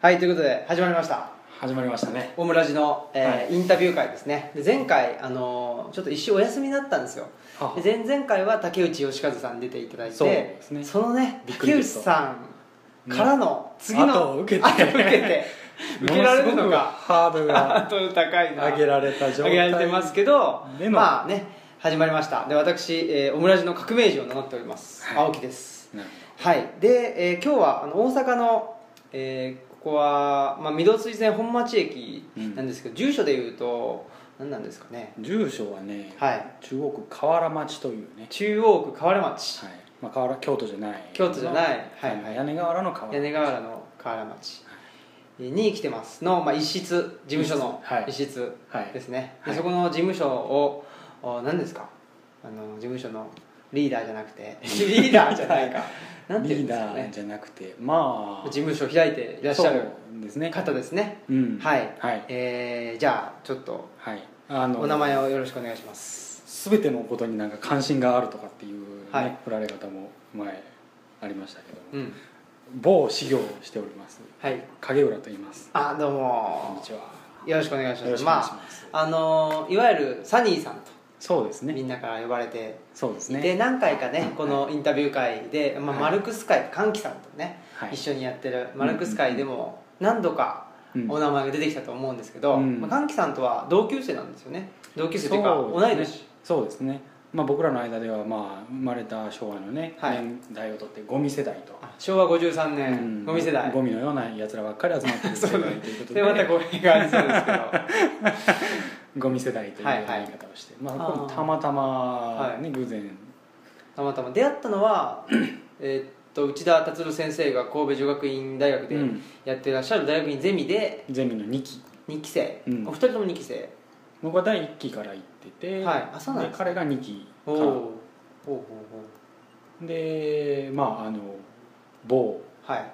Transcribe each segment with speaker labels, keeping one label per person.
Speaker 1: はいということで始まりました
Speaker 2: 始まりましたね
Speaker 1: オムラジの、えー
Speaker 2: は
Speaker 1: インタビュー会ですねで前回、あのーちょっと一周お休みだったんですよ
Speaker 2: は
Speaker 1: で前々回は竹内義和さん出ていただいて
Speaker 2: そうですね
Speaker 1: そのね
Speaker 2: びっく
Speaker 1: 竹
Speaker 2: り
Speaker 1: 内
Speaker 2: です
Speaker 1: さんからの次の、
Speaker 2: 後を受けて
Speaker 1: 後を受けて受けられるの
Speaker 2: ものすごく
Speaker 1: が
Speaker 2: ハードル
Speaker 1: ハ ー
Speaker 2: が
Speaker 1: ドル高いな
Speaker 2: 上げられた状態
Speaker 1: 上げられてますけど
Speaker 2: での
Speaker 1: まあね始まりましたで私、えーオムラジの革命児を名乗っております、
Speaker 2: はい
Speaker 1: 青木ですはいで、えー今日はあの大阪の、えーここは、まあ、御堂筋線本町駅なんですけど、住所でいうと何なんですかね
Speaker 2: 住所はね、
Speaker 1: はい
Speaker 2: 中央区河原町というね、
Speaker 1: 中央区河原町
Speaker 2: はいまあ、河原京都じゃない
Speaker 1: 京都じゃないはい
Speaker 2: まあ屋根瓦の河
Speaker 1: 屋
Speaker 2: 原
Speaker 1: 根瓦の河原町に来てますの、まあ、一室事務所の
Speaker 2: はい
Speaker 1: 一室
Speaker 2: はい
Speaker 1: ですね、
Speaker 2: はい
Speaker 1: でそこの事務所をお何ですかあの事務所のリーダーじゃなく て リーダーじゃないかなんていうん
Speaker 2: リー
Speaker 1: ですか
Speaker 2: ダー
Speaker 1: ね
Speaker 2: じゃなくてまあ
Speaker 1: 事務所を開いていらっしゃる
Speaker 2: そうですね
Speaker 1: 方ですね
Speaker 2: うん
Speaker 1: はい
Speaker 2: はい、
Speaker 1: えーじゃあちょっと
Speaker 2: はい、あの
Speaker 1: お名前をよろしくお願いします
Speaker 2: 全てのことになんか関心があるとかっていう、ね
Speaker 1: はい
Speaker 2: 振られ方も前ありましたけども、
Speaker 1: うん
Speaker 2: 某修行をしております
Speaker 1: はい
Speaker 2: 影浦と言います
Speaker 1: あどう
Speaker 2: こんに
Speaker 1: も
Speaker 2: ちは
Speaker 1: よろしくお願いし
Speaker 2: よ
Speaker 1: ま
Speaker 2: ろし
Speaker 1: す
Speaker 2: くお願
Speaker 1: ま
Speaker 2: いし
Speaker 1: あ
Speaker 2: ます、
Speaker 1: あのいわゆるサニーさんと
Speaker 2: そうです
Speaker 1: み
Speaker 2: ね
Speaker 1: んなから呼ばれて
Speaker 2: そうです
Speaker 1: で
Speaker 2: ね
Speaker 1: 何回かねこのインタビュー会で、まあ、
Speaker 2: はい
Speaker 1: マルクス会歓喜さんとね、
Speaker 2: はい
Speaker 1: 一緒にやってるマルクス会でも何度か
Speaker 2: うん
Speaker 1: お名前が出てきたと思うんですけど、
Speaker 2: うん
Speaker 1: まあ、歓喜さんとは同級生なんですよね同級生というか
Speaker 2: そう
Speaker 1: 同い
Speaker 2: です
Speaker 1: 年
Speaker 2: ねそうですねまあ僕らの間ではまあ生まれた昭和のね、
Speaker 1: はい
Speaker 2: 年代をとってゴミ世代と、
Speaker 1: あ昭和53年、
Speaker 2: うん
Speaker 1: ゴミ世代
Speaker 2: ゴミのようなやつらばっかり集まってる世
Speaker 1: そうだ
Speaker 2: 代
Speaker 1: ね
Speaker 2: ということで
Speaker 1: でまた語弊がありそうですけど
Speaker 2: ゴミ世代という
Speaker 1: はい
Speaker 2: 言い
Speaker 1: はい
Speaker 2: 方をして、ま
Speaker 1: あ
Speaker 2: あ
Speaker 1: ー
Speaker 2: これたまたまね、偶然
Speaker 1: たまたま出会ったの はえーっと内田達郎先生が神戸女学院大学で
Speaker 2: うん
Speaker 1: やってらっしゃる大学院ゼミで
Speaker 2: ゼミの2期
Speaker 1: 2期生、
Speaker 2: うん
Speaker 1: お二人とも2期生
Speaker 2: 僕は第1期から行ってて、
Speaker 1: はいあそうなん
Speaker 2: で
Speaker 1: です
Speaker 2: 彼が2期
Speaker 1: おーおう
Speaker 2: か
Speaker 1: おうおう
Speaker 2: らでまああの某
Speaker 1: はい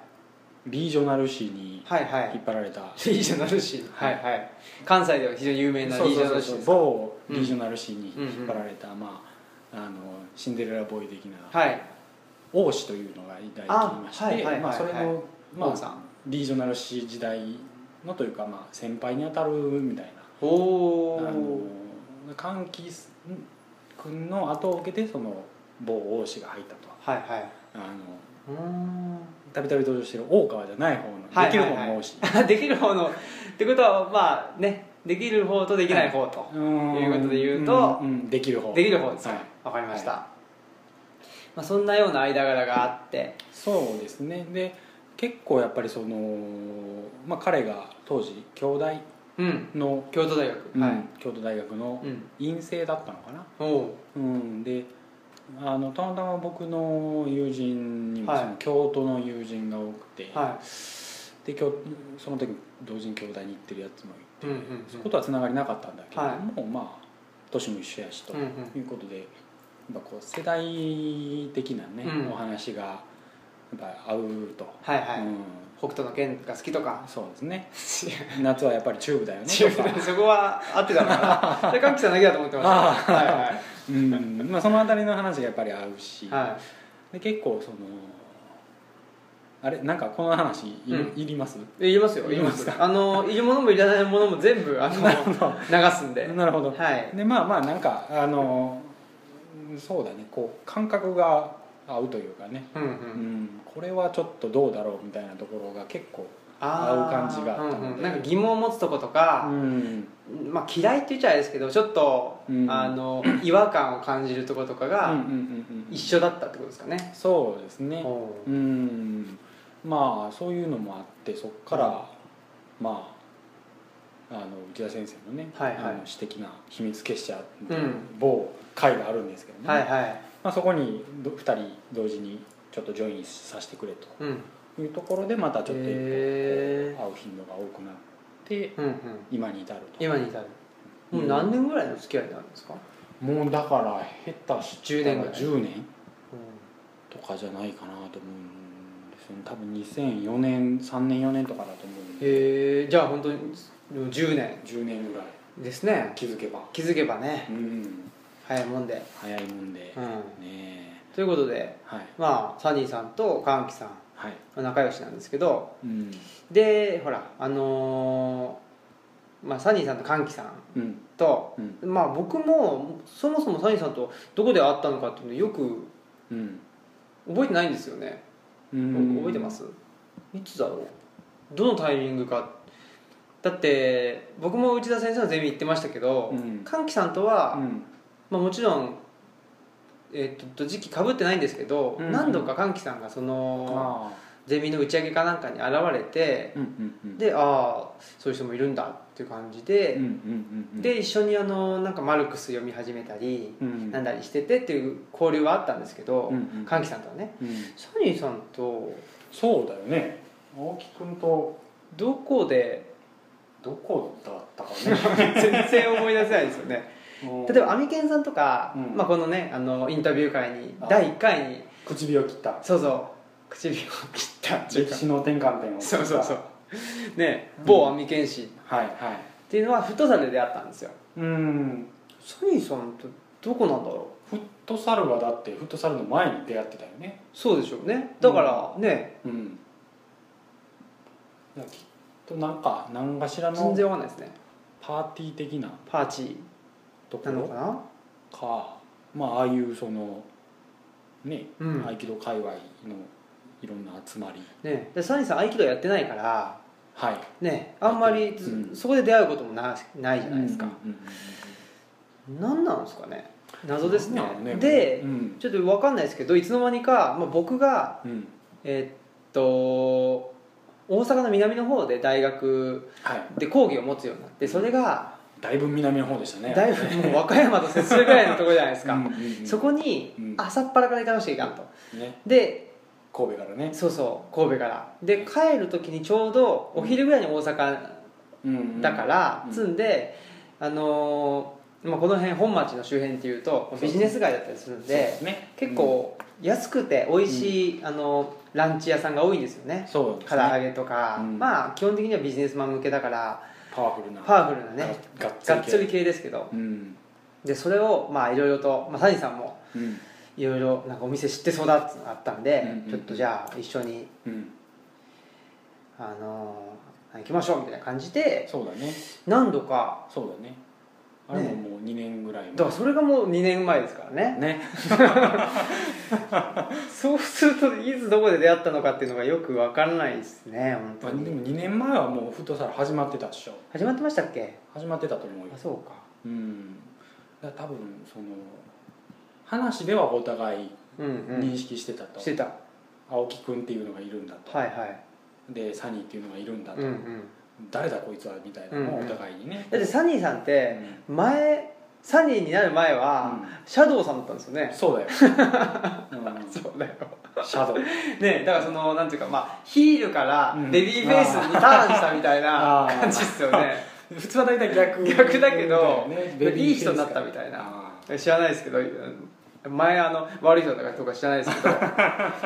Speaker 2: ビージョナル誌に
Speaker 1: はいはい
Speaker 2: 引っ張られた、
Speaker 1: リージョナル誌はいはい関西では非常に有名なリ
Speaker 2: そう
Speaker 1: ージ
Speaker 2: そう
Speaker 1: ョナル誌
Speaker 2: そうそう
Speaker 1: です
Speaker 2: 某リージョナル誌に引っ張られた、まあ、あのシンデレラボーイ的な
Speaker 1: はい
Speaker 2: 王子というのがいただきまして
Speaker 1: あはいはい
Speaker 2: まあ、
Speaker 1: はい
Speaker 2: それ
Speaker 1: はい
Speaker 2: の、ま
Speaker 1: 王さん
Speaker 2: あ、リージョナル誌時代のというか、まあ、先輩に当たるみたい
Speaker 1: お
Speaker 2: なあの
Speaker 1: お
Speaker 2: 歓喜君の後を受けてその某王子が入ったと
Speaker 1: はいはい
Speaker 2: あの
Speaker 1: うーん
Speaker 2: たびたび登場してる大川じゃない方の、
Speaker 1: はい
Speaker 2: できる方
Speaker 1: はいはい
Speaker 2: の王子
Speaker 1: できる方のってことはまあねできる方とできない方とわ、
Speaker 2: うーん
Speaker 1: いうことで言うと
Speaker 2: んんできる方
Speaker 1: できる方ですか
Speaker 2: はい
Speaker 1: かりました、
Speaker 2: は
Speaker 1: まあ、そんなような間柄があって
Speaker 2: そうですねで結構やっぱりその、まあ、彼が当時京大
Speaker 1: うん
Speaker 2: の、
Speaker 1: 京都大学、
Speaker 2: うん
Speaker 1: はい
Speaker 2: 京都大学の
Speaker 1: うん
Speaker 2: 院生だったのかな、
Speaker 1: おお
Speaker 2: うん、であのたまたま僕の友人にも、
Speaker 1: はい
Speaker 2: その京都の友人が多くて、
Speaker 1: は
Speaker 2: で京その時同時に京大に行ってるやつもいて、
Speaker 1: いうんうんうん
Speaker 2: そことはつながりなかったんだけども、
Speaker 1: はい
Speaker 2: まあ年も一緒やしと
Speaker 1: うんうん
Speaker 2: いうことで、やっぱこう世代的なね、
Speaker 1: うん
Speaker 2: お話がやっぱ合うと。
Speaker 1: はいはい、
Speaker 2: うん
Speaker 1: 北斗の剣が好きとか
Speaker 2: そうですね 夏はやっぱりチューブだよね
Speaker 1: 違うそこは合ってたのか なそれ関係さんだけだと思ってました
Speaker 2: あ
Speaker 1: はいはい
Speaker 2: うんまあ、その辺りの話がやっぱり合うし、
Speaker 1: は
Speaker 2: で結構そのあれなんかこの話い,、
Speaker 1: うん
Speaker 2: いります
Speaker 1: い、いりますよ
Speaker 2: いります
Speaker 1: あのいるものもいらないものも全部あの流すんで
Speaker 2: なるほど、
Speaker 1: はい
Speaker 2: でまあまあなんかあのそうだねこう感覚が合うというかね、
Speaker 1: うんう
Speaker 2: うん
Speaker 1: ん
Speaker 2: これはちょっとどうだろうみたいなところが結構
Speaker 1: あー
Speaker 2: 合う感じがあったので
Speaker 1: うんうん、なんか疑問を持つとこと
Speaker 2: う
Speaker 1: か、
Speaker 2: ん
Speaker 1: まあ、嫌いって言っちゃあれですけどちょっと、
Speaker 2: うん
Speaker 1: あ の違和感を感じるとことか
Speaker 2: うんう
Speaker 1: が
Speaker 2: んうんうん
Speaker 1: 一緒だったってことですかね、
Speaker 2: そうですね
Speaker 1: おう
Speaker 2: うんまあそういうのもあってそこから、
Speaker 1: うん
Speaker 2: まああの内田先生のね、
Speaker 1: はいはい
Speaker 2: あの私的な秘密結社っていう
Speaker 1: うん
Speaker 2: 某会があるんですけどね、
Speaker 1: はいはい、
Speaker 2: まあ、そこにど2人同時にちょっとジョインさせてくれと
Speaker 1: うん、
Speaker 2: いうところでまたちょっと一歩こう
Speaker 1: へー
Speaker 2: 会う頻度が多くなって
Speaker 1: うんうん
Speaker 2: 今に至ると
Speaker 1: 今に至るもう何年ぐらいの付き合いになるんですか、
Speaker 2: もうだから下手し
Speaker 1: 10
Speaker 2: たら
Speaker 1: 年ぐらい
Speaker 2: 10年とかじゃないかなと思うんですよね多分2004年3年4年とかだと思うんで
Speaker 1: へえじゃあ本当にでも10年
Speaker 2: 10年ぐらい
Speaker 1: ですね
Speaker 2: 気づけば
Speaker 1: 気づけばね
Speaker 2: うん
Speaker 1: 早いもんで、
Speaker 2: 早いもんで、
Speaker 1: うん、
Speaker 2: ねえ
Speaker 1: ということで
Speaker 2: はい
Speaker 1: まあサニーさんとカンキさん
Speaker 2: はい
Speaker 1: 仲良しなんですけど
Speaker 2: うん
Speaker 1: でほらあのーまあ、サニーさんとカンキさん
Speaker 2: うん
Speaker 1: と、
Speaker 2: うん
Speaker 1: まあ、僕もそもそもサニーさんとどこで会ったのかっていうのよく
Speaker 2: うん
Speaker 1: 覚えてないんですよね、
Speaker 2: うん
Speaker 1: 覚えてますいつだろうどのタイミングかだって僕も内田先生のゼミ行ってましたけど、
Speaker 2: うん
Speaker 1: カンキさんとは、
Speaker 2: うん
Speaker 1: まあ、もちろん、えっと時期かぶってないんですけど、
Speaker 2: うん
Speaker 1: 何度かカンキさんがその
Speaker 2: あ
Speaker 1: ゼミの打ち上げかなんかに現れて
Speaker 2: ーうんうんうん
Speaker 1: でああそういう人もいるんだっていう感じ
Speaker 2: うん
Speaker 1: で、
Speaker 2: うんうん
Speaker 1: で一緒にあのなんかマルクス読み始めたり、
Speaker 2: うん
Speaker 1: なんだりしててっていう交流はあったんですけど、
Speaker 2: うんうん
Speaker 1: カンキさんとはね
Speaker 2: うん
Speaker 1: サニーさんと
Speaker 2: そうだよね青木君と
Speaker 1: どこで
Speaker 2: どこだったかね
Speaker 1: 全然思い出せないですよね 例えばアミケンさんとか、
Speaker 2: うん
Speaker 1: まあ、このねあのインタビュー会に
Speaker 2: あ
Speaker 1: 第1回に
Speaker 2: 唇を切った
Speaker 1: そうそう唇を切ったっていう
Speaker 2: 歴
Speaker 1: か
Speaker 2: 史の転換点を
Speaker 1: そうそうそうね某アミケン氏っ
Speaker 2: はいは
Speaker 1: ていうのはフットサルで出会ったんですよ
Speaker 2: いうん
Speaker 1: サニーさんとどこなんだろう
Speaker 2: フットサルはだってフットサルの前に出会ってたよね
Speaker 1: そうでしょうねだからね、
Speaker 2: うんきっとなんか何かしら
Speaker 1: 全
Speaker 2: の
Speaker 1: 然わかんないですね
Speaker 2: パーティー的な
Speaker 1: パーチ
Speaker 2: とこ
Speaker 1: なの
Speaker 2: ろ
Speaker 1: かな
Speaker 2: かまあああいうそのね、
Speaker 1: うん
Speaker 2: 合気道界隈のいろんな集まり
Speaker 1: ねでサニーさん合気道やってないから
Speaker 2: はい
Speaker 1: ねあんまり、ず
Speaker 2: うん
Speaker 1: そこで出会うこともなないじゃないですか、
Speaker 2: うんうんうんうん
Speaker 1: なん、なんですかね謎ですね
Speaker 2: なんだろう
Speaker 1: で
Speaker 2: うん
Speaker 1: ちょっと分かんないですけどいつの間にか、まあ、僕が
Speaker 2: うん
Speaker 1: えっと大阪の南の方で大学
Speaker 2: はい
Speaker 1: で講義を持つようになってそれが
Speaker 2: だいぶ南の方でしたね
Speaker 1: だいぶもう和歌山と接するぐらいのところじゃないですか、
Speaker 2: うんうんうん
Speaker 1: そこに
Speaker 2: うん
Speaker 1: 朝っぱらから行かなくちゃいかんと
Speaker 2: ね
Speaker 1: で
Speaker 2: 神戸からね
Speaker 1: そうそう神戸からで帰る時にちょうどお昼ぐらいに大阪
Speaker 2: うんうん
Speaker 1: だから
Speaker 2: うん
Speaker 1: 積んで、あのーまあ、この辺本町の周辺っていうとビジネス街だったりするん
Speaker 2: そうで
Speaker 1: です
Speaker 2: ね
Speaker 1: 結構安くて美味しい、あのランチ屋さんが多いんですよね
Speaker 2: そうです
Speaker 1: 唐
Speaker 2: ね
Speaker 1: 揚げとか、
Speaker 2: うん
Speaker 1: まあ基本的にはビジネスマン向けだから
Speaker 2: パワフルな
Speaker 1: パワフルなね
Speaker 2: が
Speaker 1: が
Speaker 2: が
Speaker 1: っ
Speaker 2: っ
Speaker 1: つ
Speaker 2: つ
Speaker 1: り
Speaker 2: り系
Speaker 1: 系ですけど
Speaker 2: うん
Speaker 1: でそれをまあいろいろと、まあ、サニーさんも
Speaker 2: うん
Speaker 1: いろいろなんかお店知ってそうだってのがあったんで、
Speaker 2: うんうん
Speaker 1: ちょっとじゃあ一緒に
Speaker 2: うん
Speaker 1: あのー行きましょうみたいな感じで
Speaker 2: そうだね
Speaker 1: 何度か
Speaker 2: そうだねあれももう2年ぐらい
Speaker 1: だからそれがもう2年前ですからね
Speaker 2: ね
Speaker 1: そうするといつどこで出会ったのかっていうのがよくわからないですね本
Speaker 2: ま
Speaker 1: 当
Speaker 2: あで
Speaker 1: に
Speaker 2: も2年前はもうフットサル始まってたっしょ
Speaker 1: 始まってましたっけ
Speaker 2: 始まってたと思うよ
Speaker 1: あそうか
Speaker 2: うんだから多分その話ではお互い
Speaker 1: うんうん
Speaker 2: 認識してたと、
Speaker 1: してた
Speaker 2: 青木君っていうのがいるんだと
Speaker 1: はいはい
Speaker 2: でサニーっていうのがいるんだと、
Speaker 1: うんうん
Speaker 2: 誰だこいつはみたいなのを
Speaker 1: うんう
Speaker 2: お
Speaker 1: ん
Speaker 2: 互いにね、
Speaker 1: だってサニーさんって
Speaker 2: うん
Speaker 1: 前サニーになる前は
Speaker 2: うん
Speaker 1: シャドウさんだったんですよね
Speaker 2: そう だよ、うん
Speaker 1: そうだよ
Speaker 2: シャドウ
Speaker 1: ねだからそのなんていうかまあヒールから
Speaker 2: うん
Speaker 1: ベビーフェイスにターンしたみたいな
Speaker 2: あー
Speaker 1: 感じですよね
Speaker 2: 普通は大体逆
Speaker 1: 逆だけど
Speaker 2: だよね
Speaker 1: いい人になったみたいな
Speaker 2: あ
Speaker 1: 知らないですけど前あの悪い人だからとか知らないです けど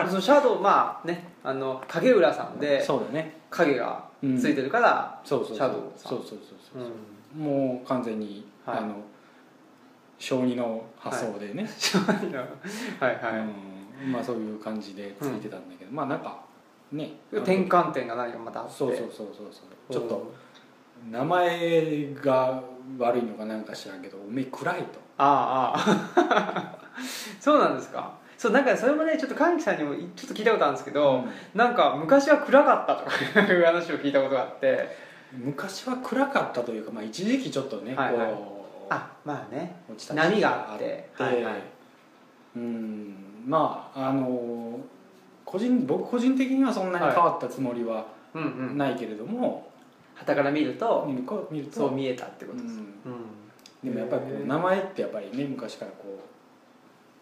Speaker 1: そのシャドウまあねあの影浦さん
Speaker 2: ー
Speaker 1: で
Speaker 2: そうだね
Speaker 1: 影が
Speaker 2: うん
Speaker 1: ついてるから、
Speaker 2: そうそう
Speaker 1: シャドウさん
Speaker 2: そうそうそうそう
Speaker 1: うん
Speaker 2: もう完全に、
Speaker 1: はい
Speaker 2: あの小児の発想でね、
Speaker 1: はいは
Speaker 2: うんまあそういう感じでついてたんだけど、まあなんかね
Speaker 1: い、転換点が何かまたあって
Speaker 2: そうそうそうそうそうちょっ
Speaker 1: うん
Speaker 2: と名前が悪いのかなんか知らんけどおめえ暗いと
Speaker 1: ああああ そうなんですかそうなんかそれもねちょっと歓喜さんにもちょっと聞いたことあるんですけど、なんか昔は暗かったとかいう話を聞いたことがあって
Speaker 2: 昔は暗かったというか、まあ、一時期ちょっとね、
Speaker 1: はいはい
Speaker 2: こう
Speaker 1: あまあね
Speaker 2: 落ちた時期
Speaker 1: 波があって
Speaker 2: あって
Speaker 1: はいはい
Speaker 2: うんまああの個人僕個人的にはそんなに変わったつもりは
Speaker 1: うんうん
Speaker 2: ないけれども、
Speaker 1: 旗から見ると
Speaker 2: 見るこう見る
Speaker 1: そう
Speaker 2: と
Speaker 1: 見えたってことです、
Speaker 2: う
Speaker 1: う
Speaker 2: ん
Speaker 1: ん
Speaker 2: でもやっぱりこ
Speaker 1: へ
Speaker 2: う
Speaker 1: ー
Speaker 2: 名前ってやっぱりね昔からこ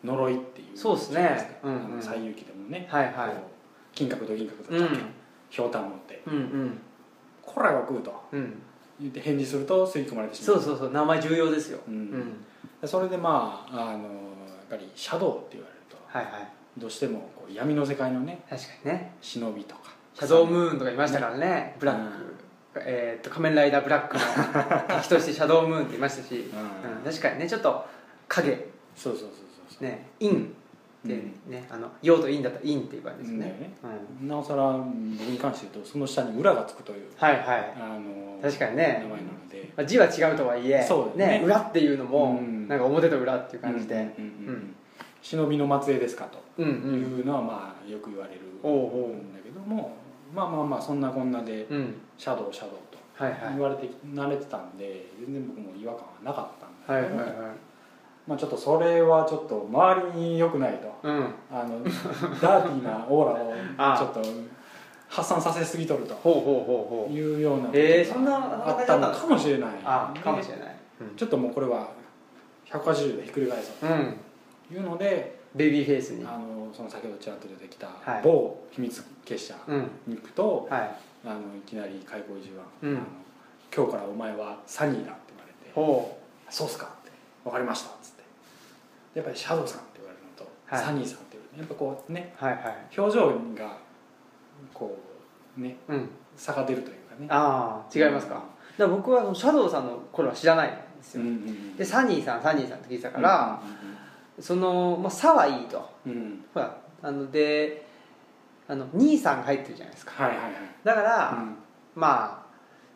Speaker 2: う呪いっていう
Speaker 1: そうっすね
Speaker 2: じゃないですか
Speaker 1: うんうん
Speaker 2: あの西遊記でもね、
Speaker 1: はいはい
Speaker 2: こう金閣と銀閣と
Speaker 1: うん
Speaker 2: ひょうたん持って
Speaker 1: うん
Speaker 2: 「こらが食う」と
Speaker 1: うんうん
Speaker 2: 言って返事すると吸い込まれてしま
Speaker 1: そううそうそう名前重要ですよ
Speaker 2: う
Speaker 1: うんん
Speaker 2: でそれでまああのやっぱり「シャドウ」って言われると
Speaker 1: はいはい
Speaker 2: どうしてもこう闇の世界のね
Speaker 1: 確かにね
Speaker 2: 忍びとか
Speaker 1: シャドウムーンとかいましたからねブラック、えーっと仮面ライダーブラック の敵としてシャドウムーンっていましたし、
Speaker 2: うん
Speaker 1: うん確かにねちょっと影
Speaker 2: そうそうそうそうそう
Speaker 1: ね陰ってね、あの用途いいんだったらいいんっていう感じですよね
Speaker 2: だよね
Speaker 1: うん、
Speaker 2: なおさら僕に関して言うとその下に裏がつくという
Speaker 1: はいはい、
Speaker 2: あの
Speaker 1: 確かに
Speaker 2: 名
Speaker 1: ね
Speaker 2: 前なので
Speaker 1: まあ、字は違うとはいえ
Speaker 2: そうね
Speaker 1: 裏っていうのも、
Speaker 2: うん
Speaker 1: なんか表と裏っていう感じで、
Speaker 2: うんうんうんう
Speaker 1: うん
Speaker 2: ん忍びの末裔ですかと
Speaker 1: うん、うん
Speaker 2: い、うのはまあよく言われる
Speaker 1: おうおうん
Speaker 2: だけどもまあまあまあそんなこんなで
Speaker 1: うん、
Speaker 2: シャドウシャドウと
Speaker 1: はいはい
Speaker 2: 言われて慣れてたんで全然僕も違和感はなかったん
Speaker 1: はい
Speaker 2: だけ
Speaker 1: はい
Speaker 2: ど、
Speaker 1: はい
Speaker 2: まあ、ちょっとそれはちょっと周りに良くないと
Speaker 1: うん
Speaker 2: あのダーティーなオーラ
Speaker 1: あ
Speaker 2: を
Speaker 1: あ
Speaker 2: ちょっと発散させすぎとると
Speaker 1: ほうほうほうほう
Speaker 2: いうような
Speaker 1: えーそんな
Speaker 2: あったのかもしれない
Speaker 1: あかもし
Speaker 2: で
Speaker 1: れない、
Speaker 2: ちょっともうこれは180度ひっくり返そう
Speaker 1: うん、うん、
Speaker 2: というので
Speaker 1: ベビーフェイスに
Speaker 2: あのその先ほどちらっと出てきた
Speaker 1: はい
Speaker 2: 某秘密結社
Speaker 1: うん
Speaker 2: に行くと、
Speaker 1: はい
Speaker 2: あのいきなり開口一番、
Speaker 1: うん
Speaker 2: あの「今日からお前はサニーだ」って言われて
Speaker 1: ほ
Speaker 2: 「そうっすか」って「分かりました」っつってやっぱり「シャドウさん」って言われるのと「
Speaker 1: はい
Speaker 2: サニーさん」って言われるやっぱこうね
Speaker 1: うはいはい
Speaker 2: 表情がこうね
Speaker 1: うん
Speaker 2: 差が出るというかね
Speaker 1: ああ違いますか、だから僕はあのシャドウさんの頃は知らないんですよ、
Speaker 2: うんうんうん
Speaker 1: でサニーさんサニーさんって聞いてたから、その、まあ、差はいいと
Speaker 2: うんうんうん
Speaker 1: ほらあのであの兄さんが入ってるじゃないですか
Speaker 2: はいはいはい
Speaker 1: だから、
Speaker 2: うん
Speaker 1: まあ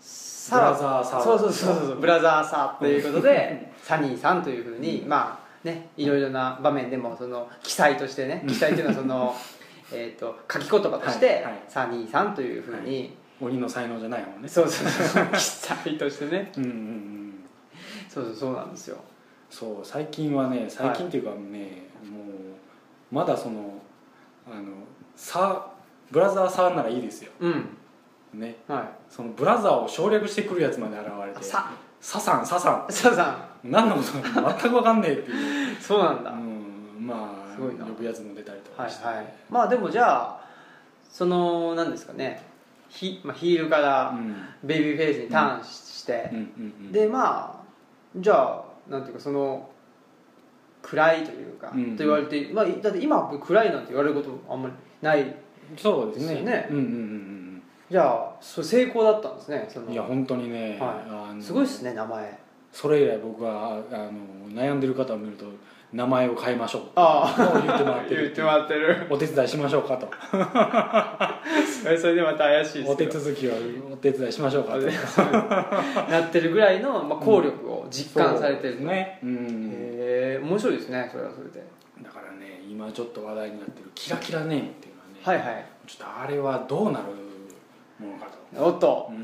Speaker 2: ブ
Speaker 1: サ
Speaker 2: ラザーサー
Speaker 1: そうそうそうそうブラザーサーということでサニーさんというふうに、
Speaker 2: う
Speaker 1: まあねいろいろな場面でもその記載としてね記載っていうのはそ のえーと書き言葉として、
Speaker 2: はいはい
Speaker 1: サニーさんというふうに、
Speaker 2: 鬼の才能じゃないもんね
Speaker 1: そうそうそう 記載としてね
Speaker 2: うんうんうん
Speaker 1: そうそうそうなんですよ
Speaker 2: そう最近はね最近っていうかね、もうまだそのあのさブラザーさんならいいですよ
Speaker 1: うん
Speaker 2: ね
Speaker 1: は
Speaker 2: そのブラザーを省略してくるやつまで現れ
Speaker 1: いあ
Speaker 2: て
Speaker 1: さ
Speaker 2: サさんサさ
Speaker 1: ささ
Speaker 2: ん何のことなのか全く分かんねえっていう、
Speaker 1: んそうなん
Speaker 2: う
Speaker 1: だ、
Speaker 2: ん、ますあ
Speaker 1: ごいな
Speaker 2: 呼ぶやつも出たりと
Speaker 1: は
Speaker 2: か
Speaker 1: い
Speaker 2: して、
Speaker 1: はいまあでもじゃあそのなんですかねヒ,、まあ、ヒールから
Speaker 2: うん
Speaker 1: ベビーフェイスにターンしして
Speaker 2: うん、うんうん、
Speaker 1: でまあじゃあなんていうかその暗いというか、
Speaker 2: うん
Speaker 1: と言われて、まあ、だって今暗いなんて言われることもあんまりない
Speaker 2: そうで
Speaker 1: で
Speaker 2: すね
Speaker 1: すよね
Speaker 2: うんうんうん
Speaker 1: じゃあそう成功だったんですねそ
Speaker 2: うん
Speaker 1: の
Speaker 2: いや本当にね、
Speaker 1: は
Speaker 2: あの
Speaker 1: すごいですね名前
Speaker 2: それ以来僕はあの悩んでる方を見ると名前を変えましょう
Speaker 1: あ
Speaker 2: もう言ってもらってる
Speaker 1: 言ってもらってる
Speaker 2: お手伝いしましょうかと
Speaker 1: それでまた怪しい
Speaker 2: お手
Speaker 1: です
Speaker 2: 続きはお手伝いしましょうかと
Speaker 1: けどなってるぐらいの、まあ、効力を実感されてる
Speaker 2: そうですね、うん、
Speaker 1: へえ面白いですねそれはそれで
Speaker 2: だからね今ちょっと話題になってる「キラキラネーム」っていうのはね、
Speaker 1: はいはい
Speaker 2: ちょっとあれはどうなるものかと、
Speaker 1: おっと
Speaker 2: うん、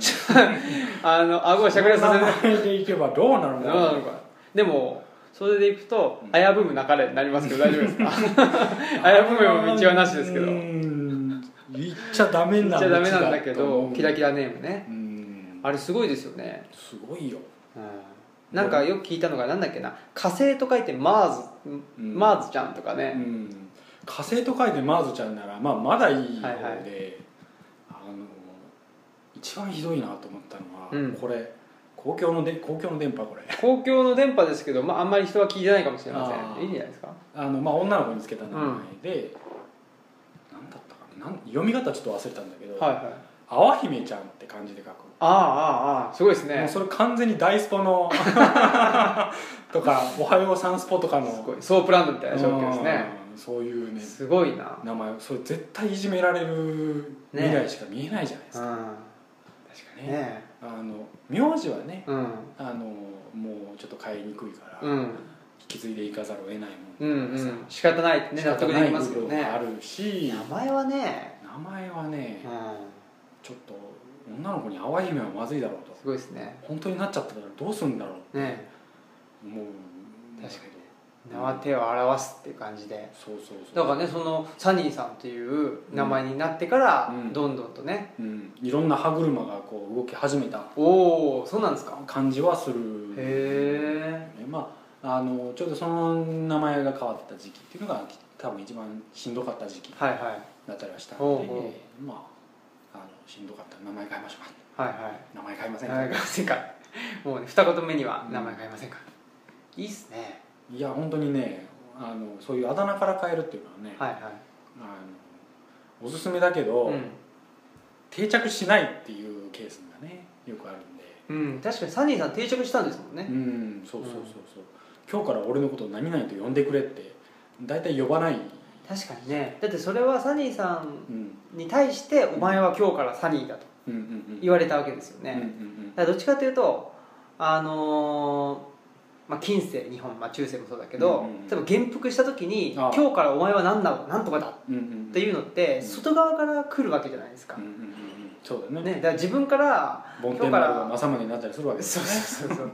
Speaker 1: あの顎をしゃくれさせる
Speaker 2: その名前でいけばどうなるも
Speaker 1: ど
Speaker 2: の
Speaker 1: う
Speaker 2: か
Speaker 1: なのかでもそれでいくと
Speaker 2: うん
Speaker 1: 危ぶむ流れになりますけど大丈夫ですか危ぶむ道はなしですけど
Speaker 2: う
Speaker 1: 言っ
Speaker 2: ん言っちゃダメ
Speaker 1: ち
Speaker 2: な
Speaker 1: ゃダメなんだけ
Speaker 2: 道と
Speaker 1: ど
Speaker 2: 思う
Speaker 1: キラキラネームね
Speaker 2: うん
Speaker 1: あれすごいですよね、
Speaker 2: すごいよ、
Speaker 1: うん、なんかよく聞いたのがなんだっけな火星と書いてマーズ、
Speaker 2: うん
Speaker 1: マーズちゃんとか
Speaker 2: う
Speaker 1: ね、
Speaker 2: ん、火星と書いてマーズちゃんなら、まあ、まだいいようで、
Speaker 1: はいはい
Speaker 2: あの一番ひどいなと思ったのは、
Speaker 1: うん
Speaker 2: これ公共ので公共の電波これ
Speaker 1: 公共の電波ですけど、まあ、あんまり人は聞いてないかもしれま
Speaker 2: あ
Speaker 1: せん
Speaker 2: ー
Speaker 1: いいんじゃないですか
Speaker 2: あの、まあ、女の子につけた名前で、なんだったかななん読み方ちょっと忘れたんだけど「
Speaker 1: はいはい
Speaker 2: 淡姫ちゃん」って漢字で書く、
Speaker 1: ああああああすごいです
Speaker 2: もう
Speaker 1: ね
Speaker 2: それ完全に大スポ のとか「おはようサンスポ」とかの
Speaker 1: すごいソープランドみたいな状況ですね
Speaker 2: うんそういうね
Speaker 1: すごいな
Speaker 2: 名前それ絶対いじめられる未来しか見えないじゃないです
Speaker 1: う
Speaker 2: か、
Speaker 1: ん
Speaker 2: 確かね
Speaker 1: ね
Speaker 2: あの名字はね
Speaker 1: えうん
Speaker 2: あのもうちょっと変えにくいから、
Speaker 1: うん
Speaker 2: 引き継いでいかざるを得ない
Speaker 1: う
Speaker 2: も
Speaker 1: ん
Speaker 2: ん
Speaker 1: うん仕方ないってね納得できますけど
Speaker 2: 仕方ない部分があ
Speaker 1: ね
Speaker 2: るし
Speaker 1: 名前はね
Speaker 2: 名前はね
Speaker 1: うん
Speaker 2: ちょっと女の子に淡姫はまずいだろうと
Speaker 1: すごいですね
Speaker 2: 本当になっちゃったらどうするんだろ
Speaker 1: ね
Speaker 2: うもう
Speaker 1: 確か
Speaker 2: うん
Speaker 1: 名は手を表すっていう感じで
Speaker 2: そうそうそう
Speaker 1: だからねそのサニーさんっていう名前になってから
Speaker 2: うん
Speaker 1: どんどんとね、
Speaker 2: うん、いろんな歯車がこう動き始めた
Speaker 1: おおそうなんですか
Speaker 2: 感じはする
Speaker 1: へ
Speaker 2: ねまああのちょうどその名前が変わった時期っていうのが多分一番しんどかった時期
Speaker 1: えはいはい
Speaker 2: だったりはしたんで
Speaker 1: ほうほ
Speaker 2: まああのしんどかったら名前変えましょうか
Speaker 1: はいはい
Speaker 2: 名前変えません
Speaker 1: 名
Speaker 2: か
Speaker 1: 前変えませんかもうね二言目には名前変えませんか、いいっすね
Speaker 2: いや本当にねあのそういうあだ名から変えるっていうのはね、
Speaker 1: はいはい
Speaker 2: あのおすすめだけど、
Speaker 1: う
Speaker 2: 定着しないっていうケースがねよくあるんで
Speaker 1: ん、うん、確かにサニーさん定着したんですもんね、
Speaker 2: うんそうそうそうそう、今日から俺のことを何々と呼んでくれって大体呼ばない
Speaker 1: 確かにねだってそれはサニーさん
Speaker 2: うん
Speaker 1: に対して「お前は今日からサニーだ」と
Speaker 2: うんうん
Speaker 1: 言われたわけですよね、
Speaker 2: うんうん
Speaker 1: だからどっちかというとあのーまあ、近世日本、まあ、中世もそうだけど、
Speaker 2: うんうんうん
Speaker 1: 例えば元服した時に「
Speaker 2: ああ
Speaker 1: 今日からお前は何だろうなんとかだ」
Speaker 2: うんうんうん
Speaker 1: っていうのって
Speaker 2: うん
Speaker 1: 外側から来るわけじゃないですか、
Speaker 2: うんうんうんうんそうだよ
Speaker 1: ね、
Speaker 2: ね
Speaker 1: だから自分から
Speaker 2: 梵天丸が政宗になったりする
Speaker 1: 「
Speaker 2: わけ
Speaker 1: そうそうそうそう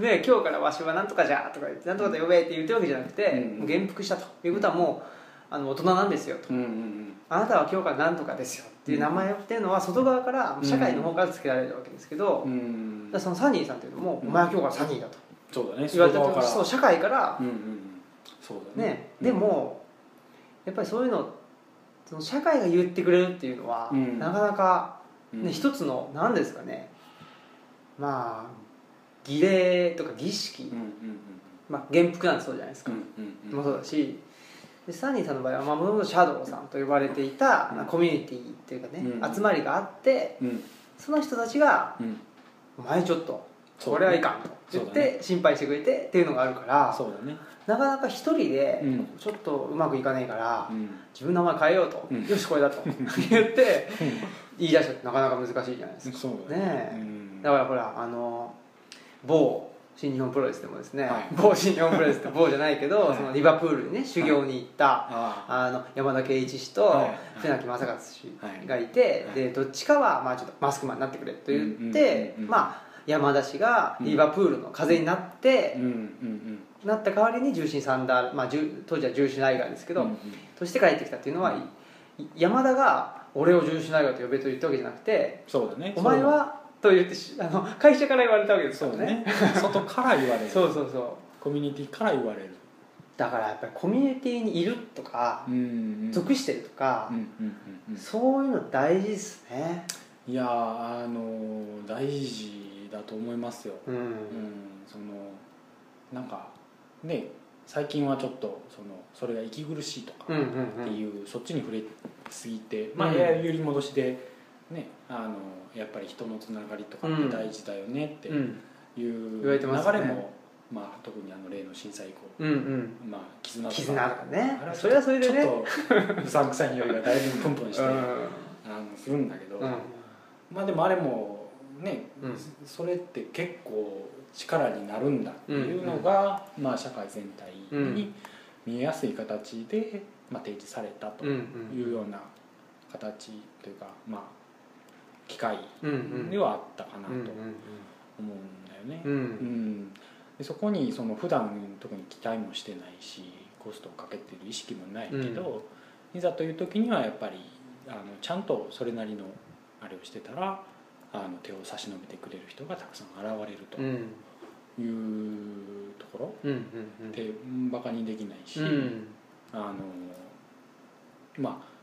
Speaker 1: ね今日からわしはなんとかじゃ」とか言って「なんとかだ呼べ」って言ってるわけじゃなくて、
Speaker 2: うん
Speaker 1: もう元服したということはもうあの大人なんですよと
Speaker 2: うんうんうん
Speaker 1: あなたは今日からなんとかですよっていう名前っていうのは外側から社会の方から付けられるわけですけど、
Speaker 2: う
Speaker 1: だ
Speaker 2: ん
Speaker 1: からそのサニーさんっていうのも「
Speaker 2: うん
Speaker 1: お前は今日からサニーだ」と
Speaker 2: そうだね
Speaker 1: 言われた
Speaker 2: 外側
Speaker 1: 時そう社会から
Speaker 2: うんうんうんそうだね
Speaker 1: ね、でもやっぱりそういうのその社会が言ってくれるっていうのは、
Speaker 2: うん
Speaker 1: なかなか、
Speaker 2: う
Speaker 1: ね
Speaker 2: ん
Speaker 1: 一つの何ですかねまあ儀礼とか儀式、
Speaker 2: うんうんうん
Speaker 1: まあ、元服なんてそうじゃないです
Speaker 2: う
Speaker 1: か、
Speaker 2: んうんうん
Speaker 1: もそうだしでサニーさんの場合はまあもともとシャドウさんと呼ばれていた、
Speaker 2: うん
Speaker 1: コミュニティっていうかね、
Speaker 2: うん
Speaker 1: 集まりがあって
Speaker 2: うん
Speaker 1: その人たちが
Speaker 2: うん
Speaker 1: 「お前ちょっと
Speaker 2: そう
Speaker 1: これはいかん」と言っ
Speaker 2: そうだ
Speaker 1: て心配してくれてっていうのがあるから、
Speaker 2: そうだね
Speaker 1: なかなか一人で
Speaker 2: うん
Speaker 1: ちょっとうまくいかないから、
Speaker 2: うん
Speaker 1: 自分の名前変えようと、
Speaker 2: うん
Speaker 1: よしこれ だと言って言い出したってなかなか難しいじゃないですか
Speaker 2: そうだ
Speaker 1: ねえ
Speaker 2: うん
Speaker 1: だからほらあの某新日本プロレスでもですね、
Speaker 2: はい
Speaker 1: 某新日本プロレスって某じゃないけど、
Speaker 2: はい
Speaker 1: そのリバプールにね修行に行った、
Speaker 2: あ
Speaker 1: あの山田圭一氏と
Speaker 2: はい
Speaker 1: 船木正和氏
Speaker 2: はい
Speaker 1: がいて、
Speaker 2: はい
Speaker 1: でどっちかは、まあ、ちょっとマスクマンになってくれと言って、
Speaker 2: うんうんうんうん
Speaker 1: まあ山田氏がリバプールの風になって
Speaker 2: あうん、うん
Speaker 1: なった代わりに重心サンダー、まあ、重当時は重心ライガーですけ
Speaker 2: け
Speaker 1: ど、として帰ってきたっていうのは、い山田が俺を重心ライガーと呼べと言ったわけじゃなくて
Speaker 2: そうだね
Speaker 1: お前はと言ってしあの会社から言われたわけです
Speaker 2: そ
Speaker 1: か
Speaker 2: う
Speaker 1: ら
Speaker 2: だ
Speaker 1: ね
Speaker 2: ね外から言われる
Speaker 1: そうそうそう
Speaker 2: コミュニティから言われる
Speaker 1: だからやっぱりコミュニティにいるとか、
Speaker 2: うん
Speaker 1: 属してるとか
Speaker 2: うん、うんうんうん
Speaker 1: そういうの大事ですね
Speaker 2: いやーあのー大事だと思いますよ
Speaker 1: うん、
Speaker 2: うんそのなんかね最近はちょっとそのそれが息苦しいとか
Speaker 1: うんうんう
Speaker 2: っ
Speaker 1: ん
Speaker 2: ていう、そっちに触れすぎてまあ
Speaker 1: うん
Speaker 2: やや揺り戻しでねあのやっぱり人のつながりとかって大事だよねって
Speaker 1: う
Speaker 2: いうん
Speaker 1: 言
Speaker 2: 流れ
Speaker 1: われてますね
Speaker 2: もまあ特にあの例の震災以降
Speaker 1: うんうん
Speaker 2: まあ絆とか
Speaker 1: 絆とかね
Speaker 2: あれは
Speaker 1: それはそれでね
Speaker 2: ちょっとうさんくさい匂いがだいぶプンプンして、
Speaker 1: う
Speaker 2: あ
Speaker 1: ん
Speaker 2: のするんだけど、
Speaker 1: うん
Speaker 2: まあでもあれもね、
Speaker 1: うん
Speaker 2: それって結構力になるんだっていうのが、まあ、社会全体に見えやすい形で、まあ、提示されたと
Speaker 1: うん
Speaker 2: いうような形というか、まあ、機会
Speaker 1: うんうん
Speaker 2: ではあったかな
Speaker 1: う
Speaker 2: と
Speaker 1: ん
Speaker 2: 思うんだよね。
Speaker 1: うんうん
Speaker 2: うんでそこにその普段特に期待もしてないしコストをかけてる意識もないけど、いざという時にはやっぱりあのちゃんとそれなりのあれをしてたらあの手を差し伸べてくれる人がたくさん現れると
Speaker 1: うん
Speaker 2: いうところ
Speaker 1: うんうんうん
Speaker 2: でバカにできないし、
Speaker 1: うん
Speaker 2: あのまあ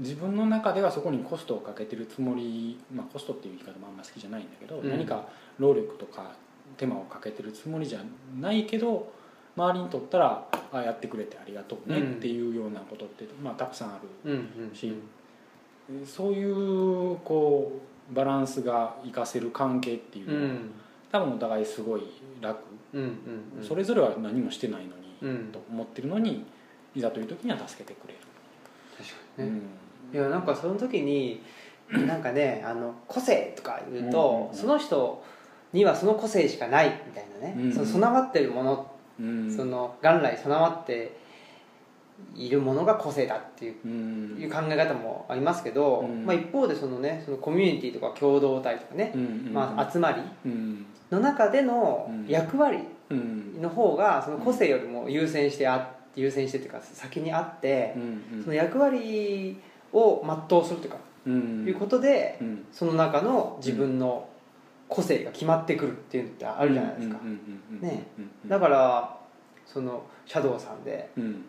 Speaker 2: 自分の中ではそこにコストをかけてるつもり、まあ、コストっていう言い方もあんま好きじゃないんだけど、
Speaker 1: うん
Speaker 2: 何か労力とか手間をかけてるつもりじゃないけど周りにとったら「あやってくれてありがとうね」
Speaker 1: うん
Speaker 2: っていうようなことって、まあ、たくさんあ
Speaker 1: うんうん
Speaker 2: しるそういうこうバランスが活かせる関係っていううのは、
Speaker 1: ん
Speaker 2: 多分お互いすごい楽、
Speaker 1: うんうんうん
Speaker 2: それぞれは何もしてないのに、
Speaker 1: うん
Speaker 2: と思ってるのにいざという時には助けてくれる。
Speaker 1: 確かにね、
Speaker 2: うん
Speaker 1: いやなんかその時に なんかねあの個性とか言うと、
Speaker 2: うんうんうん
Speaker 1: その人にはその個性しかないみたいなね、
Speaker 2: うんうん
Speaker 1: その備わってるもの、
Speaker 2: うん
Speaker 1: その元来備わっているものが個性だっていう,、
Speaker 2: うん
Speaker 1: いう考え方もありますけど、
Speaker 2: うん
Speaker 1: まあ、一方でそのねそのコミュニティとか共同体とかね、
Speaker 2: うんうん
Speaker 1: まあ、集まり
Speaker 2: うん
Speaker 1: の中での役割
Speaker 2: うん
Speaker 1: の方がその個性よりも優先してあ優先してっていうか先にあって
Speaker 2: う、ん
Speaker 1: その役割を全うするというか、
Speaker 2: うん
Speaker 1: いうことで、
Speaker 2: うん
Speaker 1: その中の自分の個性が決まってくるっていうのってあるじゃないですか、
Speaker 2: うんうんうんうん
Speaker 1: ね
Speaker 2: うんうん
Speaker 1: だからそのシャドウさんで
Speaker 2: うん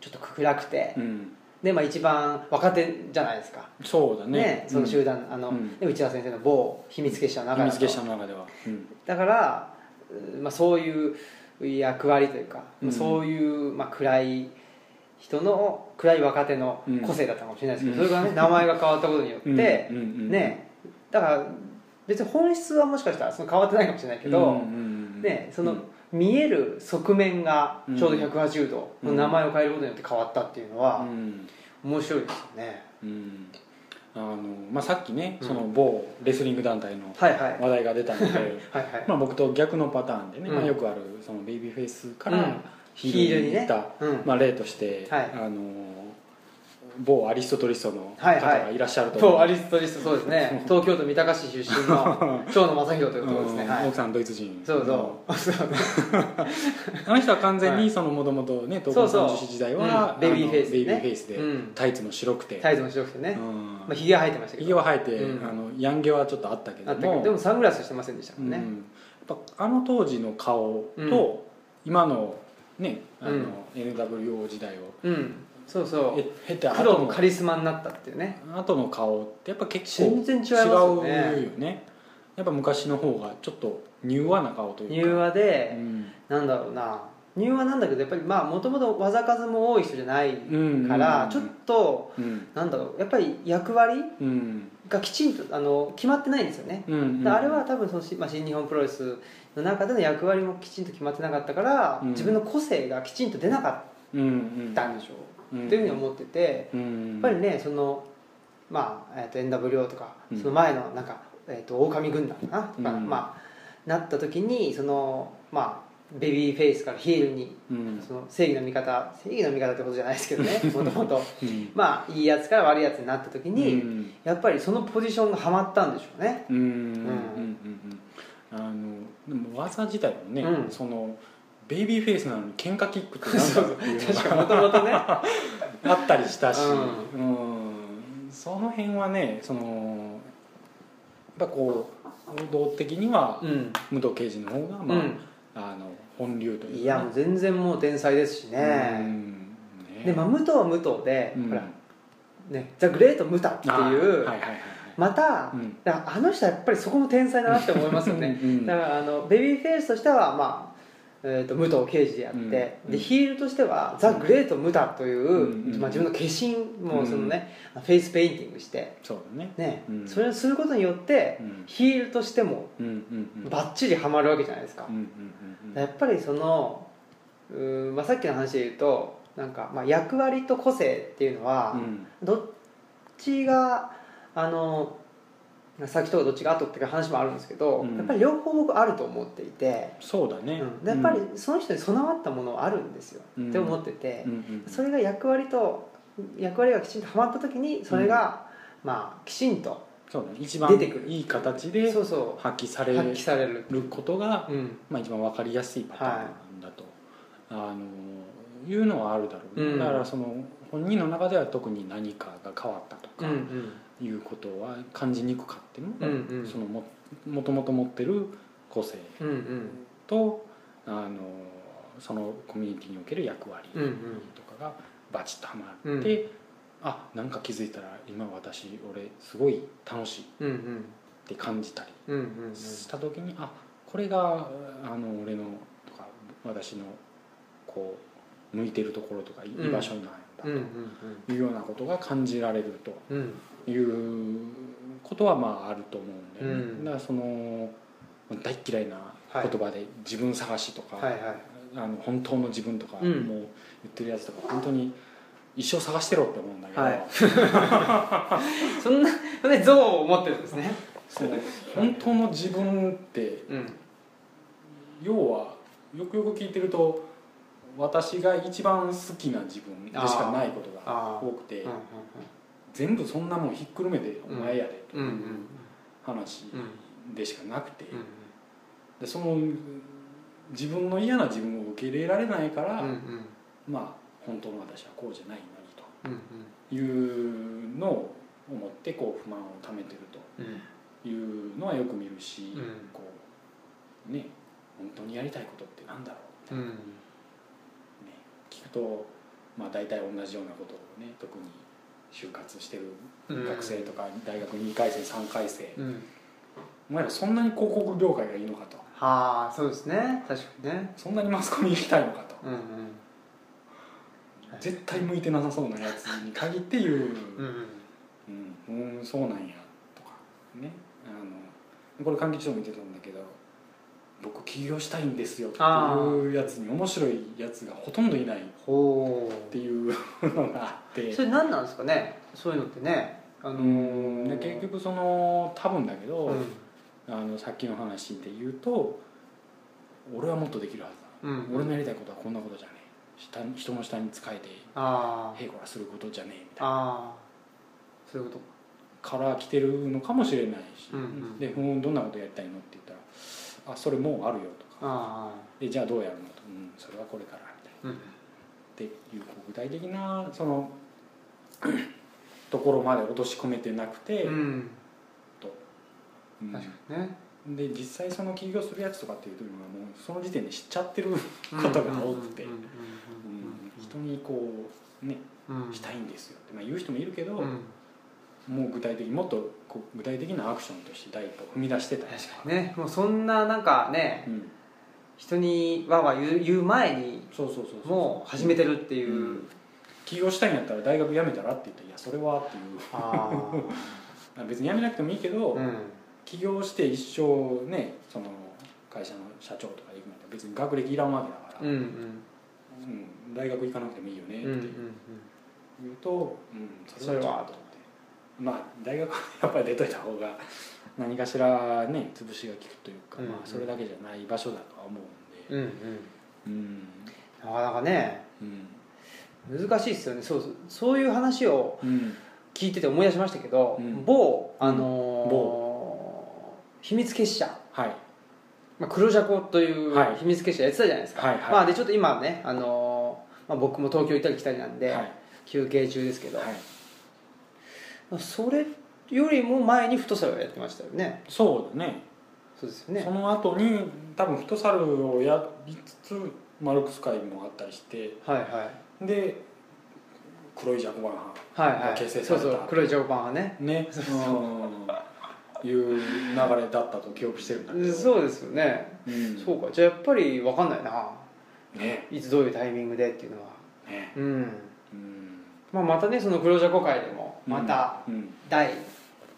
Speaker 1: ちょっと暗くて、
Speaker 2: うん
Speaker 1: で、まあ、一番若手じゃないですか
Speaker 2: そうだ
Speaker 1: ね
Speaker 2: ね
Speaker 1: その集
Speaker 2: 団
Speaker 1: 団、あの
Speaker 2: うん
Speaker 1: で内田先生の某秘密結社の中
Speaker 2: 秘
Speaker 1: だ
Speaker 2: 密
Speaker 1: と
Speaker 2: 結社の中ではうん
Speaker 1: だから、うまあ、そういう役割というか、
Speaker 2: うん
Speaker 1: そういう、まあ、暗い人の暗い若手の個性だったかもしれないですけど、
Speaker 2: うん
Speaker 1: それがね名前が変わったことによって、
Speaker 2: うんうんうん
Speaker 1: ねだから別に本質はもしかしたらその変わってないかもしれないけど、
Speaker 2: うんうんうん
Speaker 1: ねその
Speaker 2: うん
Speaker 1: 見える側面がちょうど180度
Speaker 2: うん
Speaker 1: の名前を変えることによって変わったっていうの
Speaker 2: う
Speaker 1: は
Speaker 2: ん
Speaker 1: 面白いですよね、
Speaker 2: うんあのまあ、さっきね、
Speaker 1: うん
Speaker 2: その某レスリング団体の
Speaker 1: はいはい
Speaker 2: 話題が出たので、
Speaker 1: はいはい
Speaker 2: まあ、僕と逆のパターンでね、
Speaker 1: うん
Speaker 2: まあ、よくあるそのベイビーフェイスか
Speaker 1: うん
Speaker 2: らヒールに行った、
Speaker 1: うん
Speaker 2: まあ、例として、
Speaker 1: はい
Speaker 2: あの某アリストトリストの
Speaker 1: はい
Speaker 2: 方
Speaker 1: はい
Speaker 2: がいらっしゃると思う
Speaker 1: そうアリストリストそうです ね東京都三鷹市出身の長野正弘ということですね、
Speaker 2: うん
Speaker 1: はい
Speaker 2: 奥さんドイツ人
Speaker 1: そうそう
Speaker 2: あの人は完全
Speaker 1: はい
Speaker 2: にそのもともとね東
Speaker 1: そ
Speaker 2: 京
Speaker 1: うそう
Speaker 2: 三十時代
Speaker 1: う
Speaker 2: は、
Speaker 1: んベイビーフェイスね
Speaker 2: あのベイビーフェイスで、
Speaker 1: うん
Speaker 2: タイツも白くて、
Speaker 1: タイツも白くてね、
Speaker 2: うん
Speaker 1: まあ、ひげ生えてましたけ
Speaker 2: ひげ
Speaker 1: ど
Speaker 2: は生えて、
Speaker 1: うん
Speaker 2: あのヤン毛はちょっとあったけ
Speaker 1: あ
Speaker 2: ど
Speaker 1: ったけど
Speaker 2: も
Speaker 1: でもサングラスしてませんでしたも
Speaker 2: うん
Speaker 1: ん
Speaker 2: や
Speaker 1: ね、
Speaker 2: っぱあの当時の顔と今のね、あの
Speaker 1: うん
Speaker 2: NWO 時代を
Speaker 1: うんそうそう
Speaker 2: え経て
Speaker 1: 黒
Speaker 2: 後
Speaker 1: の
Speaker 2: の
Speaker 1: カリスマになったっていうね
Speaker 2: 後の顔ってやっぱ結構
Speaker 1: 全然違います
Speaker 2: 違うよ
Speaker 1: よ
Speaker 2: ね
Speaker 1: ね
Speaker 2: やっぱ昔の方がちょっと柔和な顔というか
Speaker 1: 柔和
Speaker 2: う
Speaker 1: で、
Speaker 2: ん
Speaker 1: なんだろうな柔和なんだけどやっぱりまあもともと技数も多い人じゃない
Speaker 2: うん
Speaker 1: から、ちょっと
Speaker 2: うん
Speaker 1: なんだろうやっぱり役割
Speaker 2: うん
Speaker 1: がきちんとあの決まってないんですよね、
Speaker 2: うんうん
Speaker 1: だからあれは多分その、しまあ、新日本プロレスの中での役割もきちんと決まってなかったから、
Speaker 2: うん
Speaker 1: 自分の個性がきちんと出なか
Speaker 2: うんうん
Speaker 1: ったんでしょ
Speaker 2: う
Speaker 1: う、
Speaker 2: ん
Speaker 1: というふうに思ってて
Speaker 2: うん
Speaker 1: やっぱりねそのまあ、えー、と NWO とか
Speaker 2: うん
Speaker 1: その前のなんか、えー、と狼軍団かなとか、
Speaker 2: うん
Speaker 1: まあ、なった時にそのまあベビーフェイスからヒールに
Speaker 2: うん
Speaker 1: その正義の味方正義の味方ってことじゃないですけどねもともと
Speaker 2: うん
Speaker 1: まあいいやつから悪いやつになった時に、
Speaker 2: うん
Speaker 1: やっぱりそのポジションがはまったんでしょうね
Speaker 2: うんうんうんうんあのでも技自体もね、
Speaker 1: うん
Speaker 2: そのベイビーフェイスなのに喧嘩キックってなんだろうってい
Speaker 1: 確
Speaker 2: うの
Speaker 1: か
Speaker 2: が
Speaker 1: もともとね
Speaker 2: あったりしたし、
Speaker 1: う
Speaker 2: うんその辺はねそのやっぱこう行動的には
Speaker 1: うん、
Speaker 2: 武藤刑事の方が、まああの本流と
Speaker 1: う
Speaker 2: い
Speaker 1: ん、
Speaker 2: うか
Speaker 1: いやもう全然もう天才ですし
Speaker 2: う
Speaker 1: ね、
Speaker 2: んね
Speaker 1: でまあ武藤は武藤で、
Speaker 2: うん
Speaker 1: ほらねザ・グレート・ムタってい
Speaker 2: あー
Speaker 1: う、
Speaker 2: はいはいはい
Speaker 1: また、
Speaker 2: うん
Speaker 1: だからあの人はやっぱりそこも天才だなって思いますよ
Speaker 2: はい
Speaker 1: ね
Speaker 2: うんうん
Speaker 1: だからあのベビーフェイスとしては、まあえー、と武藤敬司であって、
Speaker 2: うん
Speaker 1: で
Speaker 2: うん
Speaker 1: ヒールとしては、ザ・グレート・ムタという、
Speaker 2: うんうん
Speaker 1: まあ、自分の化身もその、ねフェイスペインティングして、
Speaker 2: そうだね
Speaker 1: ね
Speaker 2: うん
Speaker 1: それをすることによって、
Speaker 2: うん
Speaker 1: ヒールとしても
Speaker 2: うんうんうん
Speaker 1: バッチリハマるわけじゃないですか、
Speaker 2: うんうんうん
Speaker 1: やっぱりそのうーんまあ、さっきの話で言うとなんか、まあ、役割と個性っていうのは、
Speaker 2: うん
Speaker 1: どっちがあの先とかどっちが後っていう話もあるんですけど、
Speaker 2: うん
Speaker 1: やっぱり両方僕あると思っていて、
Speaker 2: そうだね
Speaker 1: うんでやっぱりその人に備わったものはあるんですよ、
Speaker 2: うん
Speaker 1: って思ってて
Speaker 2: う、んうん
Speaker 1: それが役割と役割がきちんとはまった時にそれが、まあきちんと
Speaker 2: そうだね一番
Speaker 1: 出てくる
Speaker 2: いい形で
Speaker 1: そうそ
Speaker 2: 発揮さ
Speaker 1: う
Speaker 2: れ
Speaker 1: 発揮される、
Speaker 2: ることが
Speaker 1: うん
Speaker 2: まあ、一番分かりやすいパターンなんだと、あのいうのはあるだろうね、
Speaker 1: うん
Speaker 2: だからその本人の中では特に何かが変わったと
Speaker 1: う
Speaker 2: か
Speaker 1: んうん、
Speaker 2: いうことは感じにくかっていうのが、
Speaker 1: うんうん
Speaker 2: そのももともと持ってる個性
Speaker 1: うんうん
Speaker 2: とあのそのコミュニティにおける役割
Speaker 1: うんうん
Speaker 2: とかがバチッとはまって、あなんか気づいたら今私俺すごい楽しいっ
Speaker 1: うんうん
Speaker 2: て感じたり
Speaker 1: うんうん
Speaker 2: した時にあこれがあの俺のとか私のこう向いてるところとかい
Speaker 1: うん
Speaker 2: 居場所なんだ
Speaker 1: うんうん
Speaker 2: というようなことが感じられると
Speaker 1: うんうん
Speaker 2: いうことはまああると思うんで、ね
Speaker 1: うん
Speaker 2: だからその大っ嫌いな言葉で自分探しとか、
Speaker 1: はいはい
Speaker 2: あの本当の自分とか、
Speaker 1: うん
Speaker 2: もう言ってるやつとか本当に一生探してろって思うんだけど、
Speaker 1: はいそんなそんな像を持ってるんですね
Speaker 2: その本当の自分って
Speaker 1: うん
Speaker 2: 要はよくよく聞いてると私が一番好きな自分でしかないことが
Speaker 1: あー
Speaker 2: 多くて
Speaker 1: うん
Speaker 2: 全部そんなもんひっくるめてお前やでと
Speaker 1: うんうんうん
Speaker 2: いう話
Speaker 1: うん
Speaker 2: でしかなくて
Speaker 1: うん
Speaker 2: でその自分の嫌な自分を受け入れられないから、
Speaker 1: うんうん
Speaker 2: まあ本当の私はこうじゃないのに
Speaker 1: うん
Speaker 2: というのを思ってこう不満をためてる
Speaker 1: うんうん
Speaker 2: というのはよく見るし、
Speaker 1: うん
Speaker 2: こうね本当にやりたいことってなんだろう
Speaker 1: うん
Speaker 2: ね、聞くと、まあ、大体同じようなことをね特に就活してる
Speaker 1: うん
Speaker 2: 学生とか、大学2回生3回生、
Speaker 1: うん
Speaker 2: お前らそんなに広告業界がいいのかと
Speaker 1: はあそうですね確かにね
Speaker 2: そんなにマスコミに行きたいのかと
Speaker 1: うん
Speaker 2: 絶対向いてなさそうなやつに限って言う、
Speaker 1: うんうん
Speaker 2: うん、うんそうなんやとかねあのこれ関係者も言ってたんだけど僕起業したいんですよって
Speaker 1: あ
Speaker 2: いうやつに面白いやつがほとんどいないっ
Speaker 1: ほ
Speaker 2: ていうのがあって
Speaker 1: うそれ何なんですかねそういうのってねあのー
Speaker 2: うんで結局その多分だけど、
Speaker 1: うん
Speaker 2: あのさっきの話で言うと俺はもっとできるはずだ、
Speaker 1: うん
Speaker 2: 俺のやりたいことはこんなことじゃねえ下人の下に仕えて
Speaker 1: あー
Speaker 2: 平らすることじゃねえみたい
Speaker 1: あ
Speaker 2: な
Speaker 1: ーそういうことか
Speaker 2: から来てるのかもしれないし、
Speaker 1: うんうん
Speaker 2: で「ふーんどんなことやりたいの?」って言ったら「あそれもうあるよ」とか
Speaker 1: あ
Speaker 2: 「でじゃあどうやるの?」と「うんそれはこれから」みたいな
Speaker 1: あうん
Speaker 2: っていうこう具体的なその ところまで落とし込めてなくて、
Speaker 1: うん
Speaker 2: と、うん
Speaker 1: 確かにね
Speaker 2: で実際その起業するやつとかっていうのはもうその時点で知っちゃってることが多くて、
Speaker 1: うんうん
Speaker 2: うん人にこうね
Speaker 1: うんうんうん
Speaker 2: したいんですよって、まあ、言う人もいるけど、
Speaker 1: うん
Speaker 2: もう具体的にもっとこう具体的なアクションとして第一歩を踏み出してたりと
Speaker 1: 確
Speaker 2: か
Speaker 1: かにねもうそんななんかね
Speaker 2: うん、
Speaker 1: 人にわーわー言う言う前に
Speaker 2: そうそうそうそう
Speaker 1: もう始めてるっていう、
Speaker 2: うん起業したいんやったら大学辞めたらって言ったら「いやそれは」っていう
Speaker 1: あ
Speaker 2: あ別に辞めなくてもいいけど、
Speaker 1: あうん
Speaker 2: 起業して一生ねその会社の社長とか行くなんて別に学歴いらんわけだから、
Speaker 1: うんうん
Speaker 2: うん大学行かなくてもいいよねって
Speaker 1: うんうん
Speaker 2: いう、
Speaker 1: うん
Speaker 2: 言うと、うん、
Speaker 1: それは
Speaker 2: と思ってまあ大学はやっぱり出といた方が何かしらね潰しが効くというか、
Speaker 1: うん
Speaker 2: まあ、それだけじゃない場所だとは思うんで
Speaker 1: うんうん
Speaker 2: うん
Speaker 1: なかなかね
Speaker 2: うん
Speaker 1: 難しいですよねそうそうそういう話を
Speaker 2: うん
Speaker 1: 聞いてて思い出しましたけど、
Speaker 2: うん
Speaker 1: 某あのー
Speaker 2: うん
Speaker 1: 秘密結社、
Speaker 2: はい
Speaker 1: まあ、黒ジャコという
Speaker 2: はい
Speaker 1: 秘密結社やってたじゃないですか、
Speaker 2: はいはい
Speaker 1: まあ、でちょっと今ね、あのーまあ、僕も東京行ったり来たりなんで、
Speaker 2: はい
Speaker 1: 休憩中ですけど、
Speaker 2: はい
Speaker 1: それよりも前に太さをやってましたよね
Speaker 2: そうだね
Speaker 1: そうですよね
Speaker 2: その後に多分フットサルをやりつつマルクス会もあったりして
Speaker 1: はいはい
Speaker 2: で黒いジャコバンハ
Speaker 1: はいは
Speaker 2: が
Speaker 1: い
Speaker 2: 形成さ
Speaker 1: そう
Speaker 2: れた
Speaker 1: そう黒いジャパンはね
Speaker 2: ねうんいう流れだったと記憶してるんだけど
Speaker 1: そうですよね、
Speaker 2: うん
Speaker 1: そうかじゃあやっぱり分かんないな
Speaker 2: ね
Speaker 1: いつどういうタイミングでっていうのは
Speaker 2: ね
Speaker 1: うん、
Speaker 2: うん
Speaker 1: まあ、またねその黒ジャコ会でもまた
Speaker 2: うん
Speaker 1: 第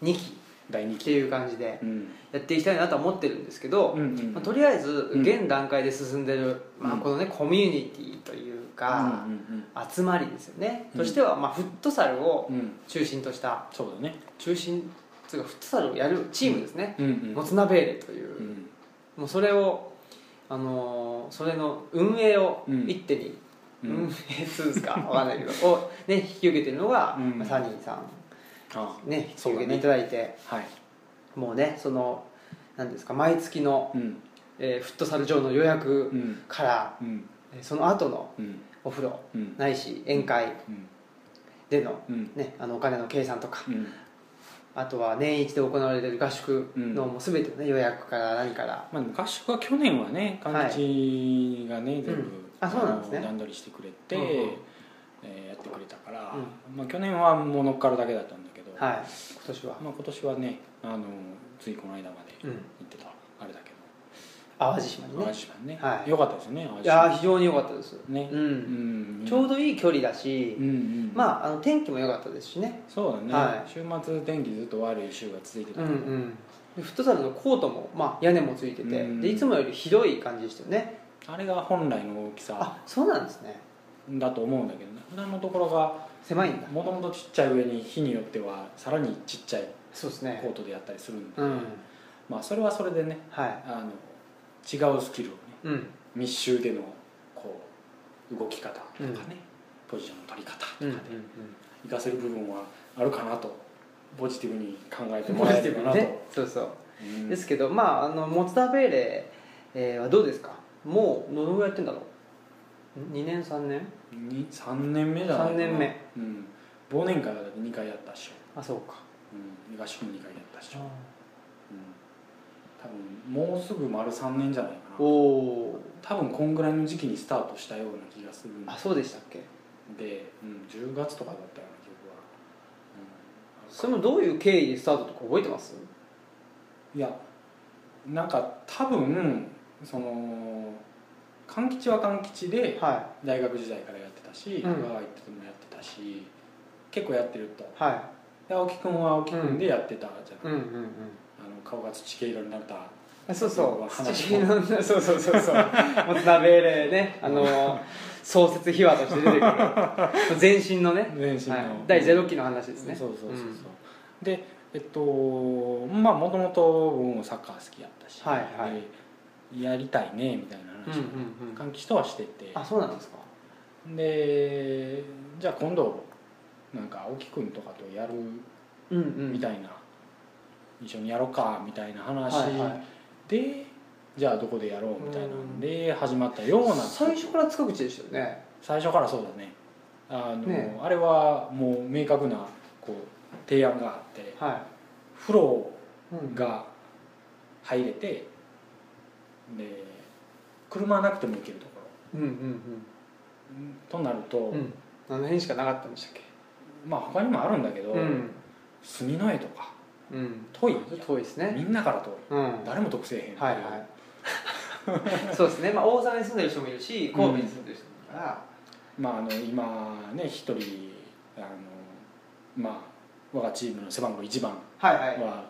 Speaker 1: 2期
Speaker 2: 第二
Speaker 1: っ
Speaker 2: 期
Speaker 1: ていう感じで
Speaker 2: うん
Speaker 1: やっていきたいなとは思ってるんですけど、
Speaker 2: うんうん
Speaker 1: まあ、とりあえず
Speaker 2: うん
Speaker 1: 現段階で進んでる、まあ、
Speaker 2: うん
Speaker 1: このねコミュニティというか
Speaker 2: うん、うん
Speaker 1: 集まりですよね、
Speaker 2: うん
Speaker 1: としてはまあフットサルを
Speaker 2: うんうん
Speaker 1: 中心とした
Speaker 2: そうだね
Speaker 1: 中心つうかフットサルをやるチームですね、
Speaker 2: うん
Speaker 1: モツナベーレという、
Speaker 2: うん
Speaker 1: もうそれをあのーそれの運営を
Speaker 2: うん
Speaker 1: 一手に、
Speaker 2: うん
Speaker 1: 運営っつうんですか わかんないけどを、ね、引き受けてるのが、
Speaker 2: うん
Speaker 1: まあサニーさ
Speaker 2: あ
Speaker 1: んね引き
Speaker 2: そう
Speaker 1: 受
Speaker 2: だね
Speaker 1: けていただいて、
Speaker 2: はい
Speaker 1: もうねそのなんですか毎月の、
Speaker 2: うん
Speaker 1: えーフットサル場の予約
Speaker 2: うん
Speaker 1: から、
Speaker 2: うん
Speaker 1: えーその後の
Speaker 2: うん
Speaker 1: お風呂
Speaker 2: うん
Speaker 1: ないし宴会
Speaker 2: うん
Speaker 1: での,、
Speaker 2: うん
Speaker 1: ね、あのお金の計算とか
Speaker 2: うん
Speaker 1: あとは年一で行われてる合宿の
Speaker 2: うん
Speaker 1: もう全てのね予約から何から
Speaker 2: まあでも合宿は去年はね
Speaker 1: はい
Speaker 2: 幹事がね全部
Speaker 1: うんあそうなんですね
Speaker 2: あの段取りしてくれて
Speaker 1: うんうん
Speaker 2: えーやってくれたから
Speaker 1: う
Speaker 2: まあ去年はもう乗っかるだけだったんだけど
Speaker 1: はい
Speaker 2: まあ
Speaker 1: 今年は、
Speaker 2: 今年はねあのついこの間まで
Speaker 1: う
Speaker 2: 行
Speaker 1: ん、
Speaker 2: ってたあれだけど
Speaker 1: 淡路島にね
Speaker 2: 淡路島ね
Speaker 1: はい
Speaker 2: 良かったですよね淡
Speaker 1: い
Speaker 2: 路
Speaker 1: やー
Speaker 2: 島
Speaker 1: 非常に良かったです、
Speaker 2: ね
Speaker 1: う
Speaker 2: うんん
Speaker 1: ちょう
Speaker 2: ど
Speaker 1: どいい距離だし、
Speaker 2: あ
Speaker 1: まああの天気も良かったですしね
Speaker 2: そうだね、
Speaker 1: はい
Speaker 2: 週末天気ずっと悪い週が続いてた
Speaker 1: う
Speaker 2: か
Speaker 1: ん
Speaker 2: ら
Speaker 1: うんでフットサルのコートも、まあ、屋根もついてて、
Speaker 2: うん
Speaker 1: でいつもより広い感じでしたよね
Speaker 2: あれが本来の大きさ
Speaker 1: あそうなんですね
Speaker 2: だと思うんだけどね普段のところが
Speaker 1: 狭いんだ
Speaker 2: もともとちっちゃい上に日によってはさらにちっちゃい
Speaker 1: そうです
Speaker 2: コ
Speaker 1: ね
Speaker 2: ートでやったりするんで、
Speaker 1: うん
Speaker 2: まあそれはそれでね
Speaker 1: はい
Speaker 2: あの違うスキルをね
Speaker 1: うん
Speaker 2: 密集でのこう動き方とか
Speaker 1: う
Speaker 2: ね、
Speaker 1: ん
Speaker 2: ポジションの取り方とか
Speaker 1: うん
Speaker 2: ね、
Speaker 1: うん
Speaker 2: 活かせる部分はあるかなとポジティブに考え
Speaker 1: う
Speaker 2: て
Speaker 1: ん
Speaker 2: もらえればなと、
Speaker 1: ねそうそう
Speaker 2: うん
Speaker 1: ですけどまああのモツダベーレえーはどうですかもうどのぐらいやってんだろう2年3年
Speaker 2: に3年目じゃないかな
Speaker 1: 三年目、
Speaker 2: うん、忘年会はだって2回やったっしょ、
Speaker 1: あそうか
Speaker 2: うん、合宿も2回やったっしょ、うん、多分もうすぐ丸3年じゃないか
Speaker 1: お
Speaker 2: な
Speaker 1: お
Speaker 2: 多分こんぐらいの時期にスタートしたような気がするん
Speaker 1: あそうでしたっけ
Speaker 2: で、うん、10月とかだったような記憶は、うん
Speaker 1: それもどういう経緯でスタートとか覚えてます
Speaker 2: いやなんか多分その勘吉は勘吉で、
Speaker 1: は
Speaker 2: 大学時代からやってたし、
Speaker 1: うん
Speaker 2: 我が行っててもやってたし結構やってると
Speaker 1: いは
Speaker 2: で青木君は青木君でやってたじゃ
Speaker 1: いう
Speaker 2: ない、
Speaker 1: んうんうん
Speaker 2: あの顔が土系色になった
Speaker 1: そうそう
Speaker 2: 話
Speaker 1: 七
Speaker 2: も
Speaker 1: のそうそうそうそうもつ鍋でねあの創設秘話として出てくる前身のね
Speaker 2: 全身の、
Speaker 1: はい、第0期の話ですね
Speaker 2: そうそうそうそう、でえっとまあもともと僕もサッカー好きやったし、
Speaker 1: はいはい
Speaker 2: でやりたいねみたいな
Speaker 1: うん
Speaker 2: 話
Speaker 1: うん
Speaker 2: を、
Speaker 1: うん
Speaker 2: 換気とはしてて
Speaker 1: あそうなんですか
Speaker 2: でじゃあ今度なんか青木君とかとやる
Speaker 1: うんうん
Speaker 2: みたいな、一緒にやろうかみたいな話
Speaker 1: は
Speaker 2: で、
Speaker 1: いはい
Speaker 2: じゃあどこでやろうみたいなんで始まったような
Speaker 1: 最初から塚口でしたよね
Speaker 2: 最初からそうだねあの
Speaker 1: ね
Speaker 2: あれはもう明確なこう提案があって
Speaker 1: は
Speaker 2: 風呂
Speaker 1: い、うん、
Speaker 2: が入れてで車なくても行けるとこ
Speaker 1: うんうん
Speaker 2: ろとなると、
Speaker 1: うんうんあの辺しかなかったんでしたっけ
Speaker 2: まあ他にもあるんだけど、
Speaker 1: うん
Speaker 2: 住の江とか
Speaker 1: うん
Speaker 2: 遠いやん
Speaker 1: 遠いですね
Speaker 2: みんなから遠い、
Speaker 1: うんはい
Speaker 2: 誰も得せえへんってう
Speaker 1: はい そうですねまあ大阪に住んでる人もいるし神戸に住んでる人もいるから、
Speaker 2: まああの今ね一人あのまあ我がチームの背番号1番
Speaker 1: はいはい
Speaker 2: は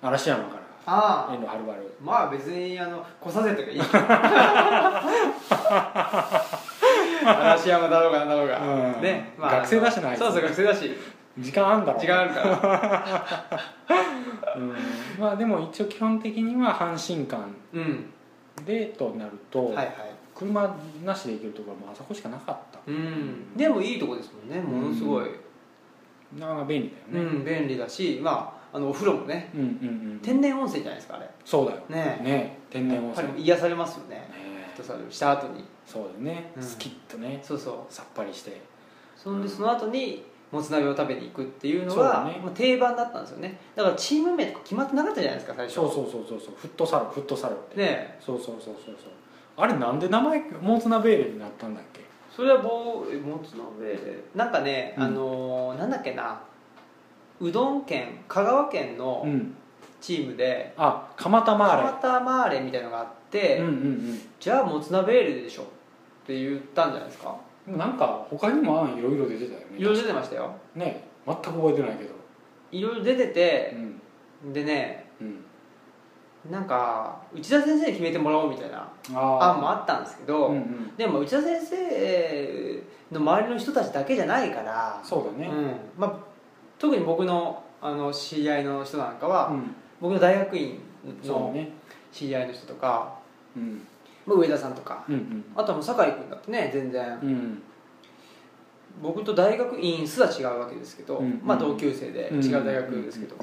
Speaker 2: 嵐山から
Speaker 1: ああ
Speaker 2: 遠路はるばる
Speaker 1: まあ別にあの来させとかいい 嵐山だろうがなんだろうが、
Speaker 2: うん
Speaker 1: ね、まあ、
Speaker 2: 学生だしな
Speaker 1: あの
Speaker 2: あいつ
Speaker 1: そうそう学生だし
Speaker 2: 時間あんだろ
Speaker 1: 時間あるから
Speaker 2: うんまあでも一応基本的には阪神間
Speaker 1: うん
Speaker 2: でとなると、
Speaker 1: はいはい
Speaker 2: 車なしで行けるところはもうあそこしかなかった
Speaker 1: うんでもいいとこですもんねものすごい、
Speaker 2: なあ便利
Speaker 1: う
Speaker 2: だよね、
Speaker 1: ん便利だしまああのお風呂もね
Speaker 2: うん、うんうんうん
Speaker 1: 天然温泉じゃないですかあれ
Speaker 2: そうだよ
Speaker 1: ね
Speaker 2: 天然温
Speaker 1: やっぱ
Speaker 2: 泉ね
Speaker 1: り癒されますよねフット
Speaker 2: え
Speaker 1: サルした後に
Speaker 2: そうだよね、
Speaker 1: うん
Speaker 2: スキッとね
Speaker 1: そうそう
Speaker 2: さっぱりして
Speaker 1: そんでその後にもつ鍋を食べに行くっていうの
Speaker 2: そうだ
Speaker 1: が
Speaker 2: ね
Speaker 1: もう定番だったんですよねだからチーム名とか決まってなかったじゃないですか最初
Speaker 2: そうそうそうそうそうフットサルフットサルって、
Speaker 1: ね
Speaker 2: そうそうそうそうそうあれなんで名前モーツナベーレになったんだっけ
Speaker 1: それは棒えもつ鍋でなんかね、
Speaker 2: うん
Speaker 1: あのーなんだっけなうどん県香川県
Speaker 2: う
Speaker 1: の
Speaker 2: ん
Speaker 1: チームで
Speaker 2: あ蒲田マーレ
Speaker 1: 蒲田マーレみたいのがあって、
Speaker 2: うんうん
Speaker 1: じゃあもつ鍋ーレでしょって言ったんじゃないですか
Speaker 2: うんなんか他にも案いろいろ出てたよね
Speaker 1: いろいろ出てましたよ
Speaker 2: ね全く覚えてないけど
Speaker 1: いろいろ出て
Speaker 2: う
Speaker 1: て
Speaker 2: ん
Speaker 1: でね
Speaker 2: うん
Speaker 1: なんか内田先生に決めてもらおうみたいな
Speaker 2: あ
Speaker 1: 案もあったんですけど、
Speaker 2: うんうん、
Speaker 1: でも内田先生の周りの人たちだけじゃないから
Speaker 2: そうだ
Speaker 1: う
Speaker 2: ね、
Speaker 1: んまあ、特に僕のあの知り合いの人なんかは、
Speaker 2: うん
Speaker 1: 僕の大学院
Speaker 2: そう
Speaker 1: の
Speaker 2: ね
Speaker 1: 知り合いの人とか、
Speaker 2: うん
Speaker 1: まあ、上田さんとか
Speaker 2: うん
Speaker 1: あとはもう酒井君だってね全然
Speaker 2: うんうん
Speaker 1: 僕と大学院すら違うわけですけど、
Speaker 2: うん
Speaker 1: まあ、同級生で
Speaker 2: うん
Speaker 1: 違う大学ですけど、っ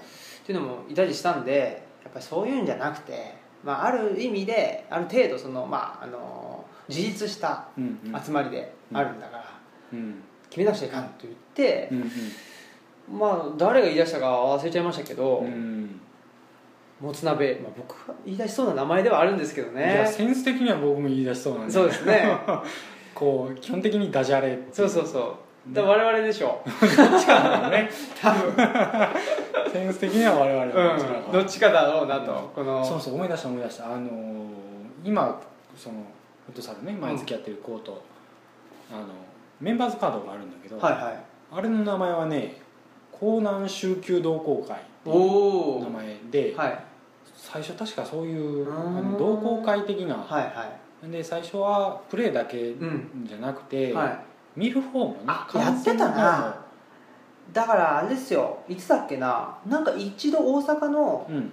Speaker 1: ていうのもいたりしたんでやっぱりそういうんじゃなくて、まあ、ある意味である程度その、まあ、あの自立した
Speaker 2: うんうん
Speaker 1: 集まりであるんだから、
Speaker 2: うん
Speaker 1: 決めなくちゃいかんと言って
Speaker 2: う、ん
Speaker 1: まあ、誰が言い出したか忘れちゃいましたけど、
Speaker 2: うんうん
Speaker 1: もつ鍋、まあ、僕が言い出しそうな名前ではあるんですけど
Speaker 2: いや
Speaker 1: ね
Speaker 2: センス的には僕も言い出しそうなん
Speaker 1: そう
Speaker 2: で
Speaker 1: です ね
Speaker 2: こう基本的にダジャレ
Speaker 1: そうそうそうだから我々でしょ
Speaker 2: そう ね
Speaker 1: 多分、
Speaker 2: センス的には我々はどちら
Speaker 1: う
Speaker 2: か
Speaker 1: ん、どっちかだろうなとこの
Speaker 2: そうそう思い出した思い出したあのー今そのフットサルね毎月やってるコート、あのメンバーズカードがあるんだけど、
Speaker 1: はいはい
Speaker 2: あれの名前はね江南集級同好会って
Speaker 1: お
Speaker 2: いう
Speaker 1: お
Speaker 2: 名
Speaker 1: は
Speaker 2: 前で、
Speaker 1: いはい
Speaker 2: 最初確かそういう
Speaker 1: うーん
Speaker 2: あの同好会的な、
Speaker 1: は
Speaker 2: で最初はプレーだけ
Speaker 1: いうん
Speaker 2: じゃなくて、
Speaker 1: は
Speaker 2: 見る方もね
Speaker 1: あ
Speaker 2: 観戦
Speaker 1: やってたな
Speaker 2: 方も
Speaker 1: いだからあれですよいつだっけななんか一度大阪の、
Speaker 2: うん、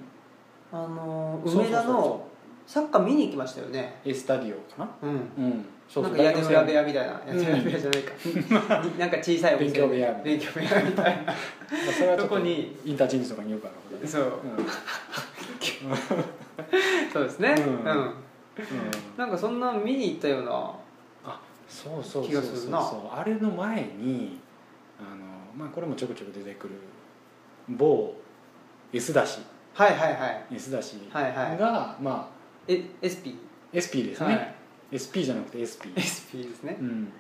Speaker 1: あのー
Speaker 2: そうそうそうそう
Speaker 1: 梅田のサッカー見に行きましたよね
Speaker 2: エスタディオかな
Speaker 1: うん
Speaker 2: うんそう
Speaker 1: な
Speaker 2: そ
Speaker 1: ん
Speaker 2: う
Speaker 1: か屋根裏部屋みたいな
Speaker 2: う
Speaker 1: 屋
Speaker 2: ん
Speaker 1: 根裏部屋じゃないか なんか小さいお店
Speaker 2: 勉強部屋
Speaker 1: 勉強部屋みたいな
Speaker 2: まあそれはちょっと
Speaker 1: どこに
Speaker 2: インターチェンジとかによくあることだね
Speaker 1: そうそうですねう、
Speaker 2: うんんうんうん
Speaker 1: なんかそんな見に行ったような
Speaker 2: そうそう
Speaker 1: 気
Speaker 2: そ
Speaker 1: が
Speaker 2: う
Speaker 1: す
Speaker 2: そう
Speaker 1: るな
Speaker 2: あれの前にあの、まあ、これもちょこちょこ出てくる某 S だし
Speaker 1: はいはいはい
Speaker 2: S だしが、
Speaker 1: はいはい
Speaker 2: まあ、
Speaker 1: え SP
Speaker 2: SP で
Speaker 1: です
Speaker 2: ね、SP じゃなくて SP、
Speaker 1: SP ですね
Speaker 2: うん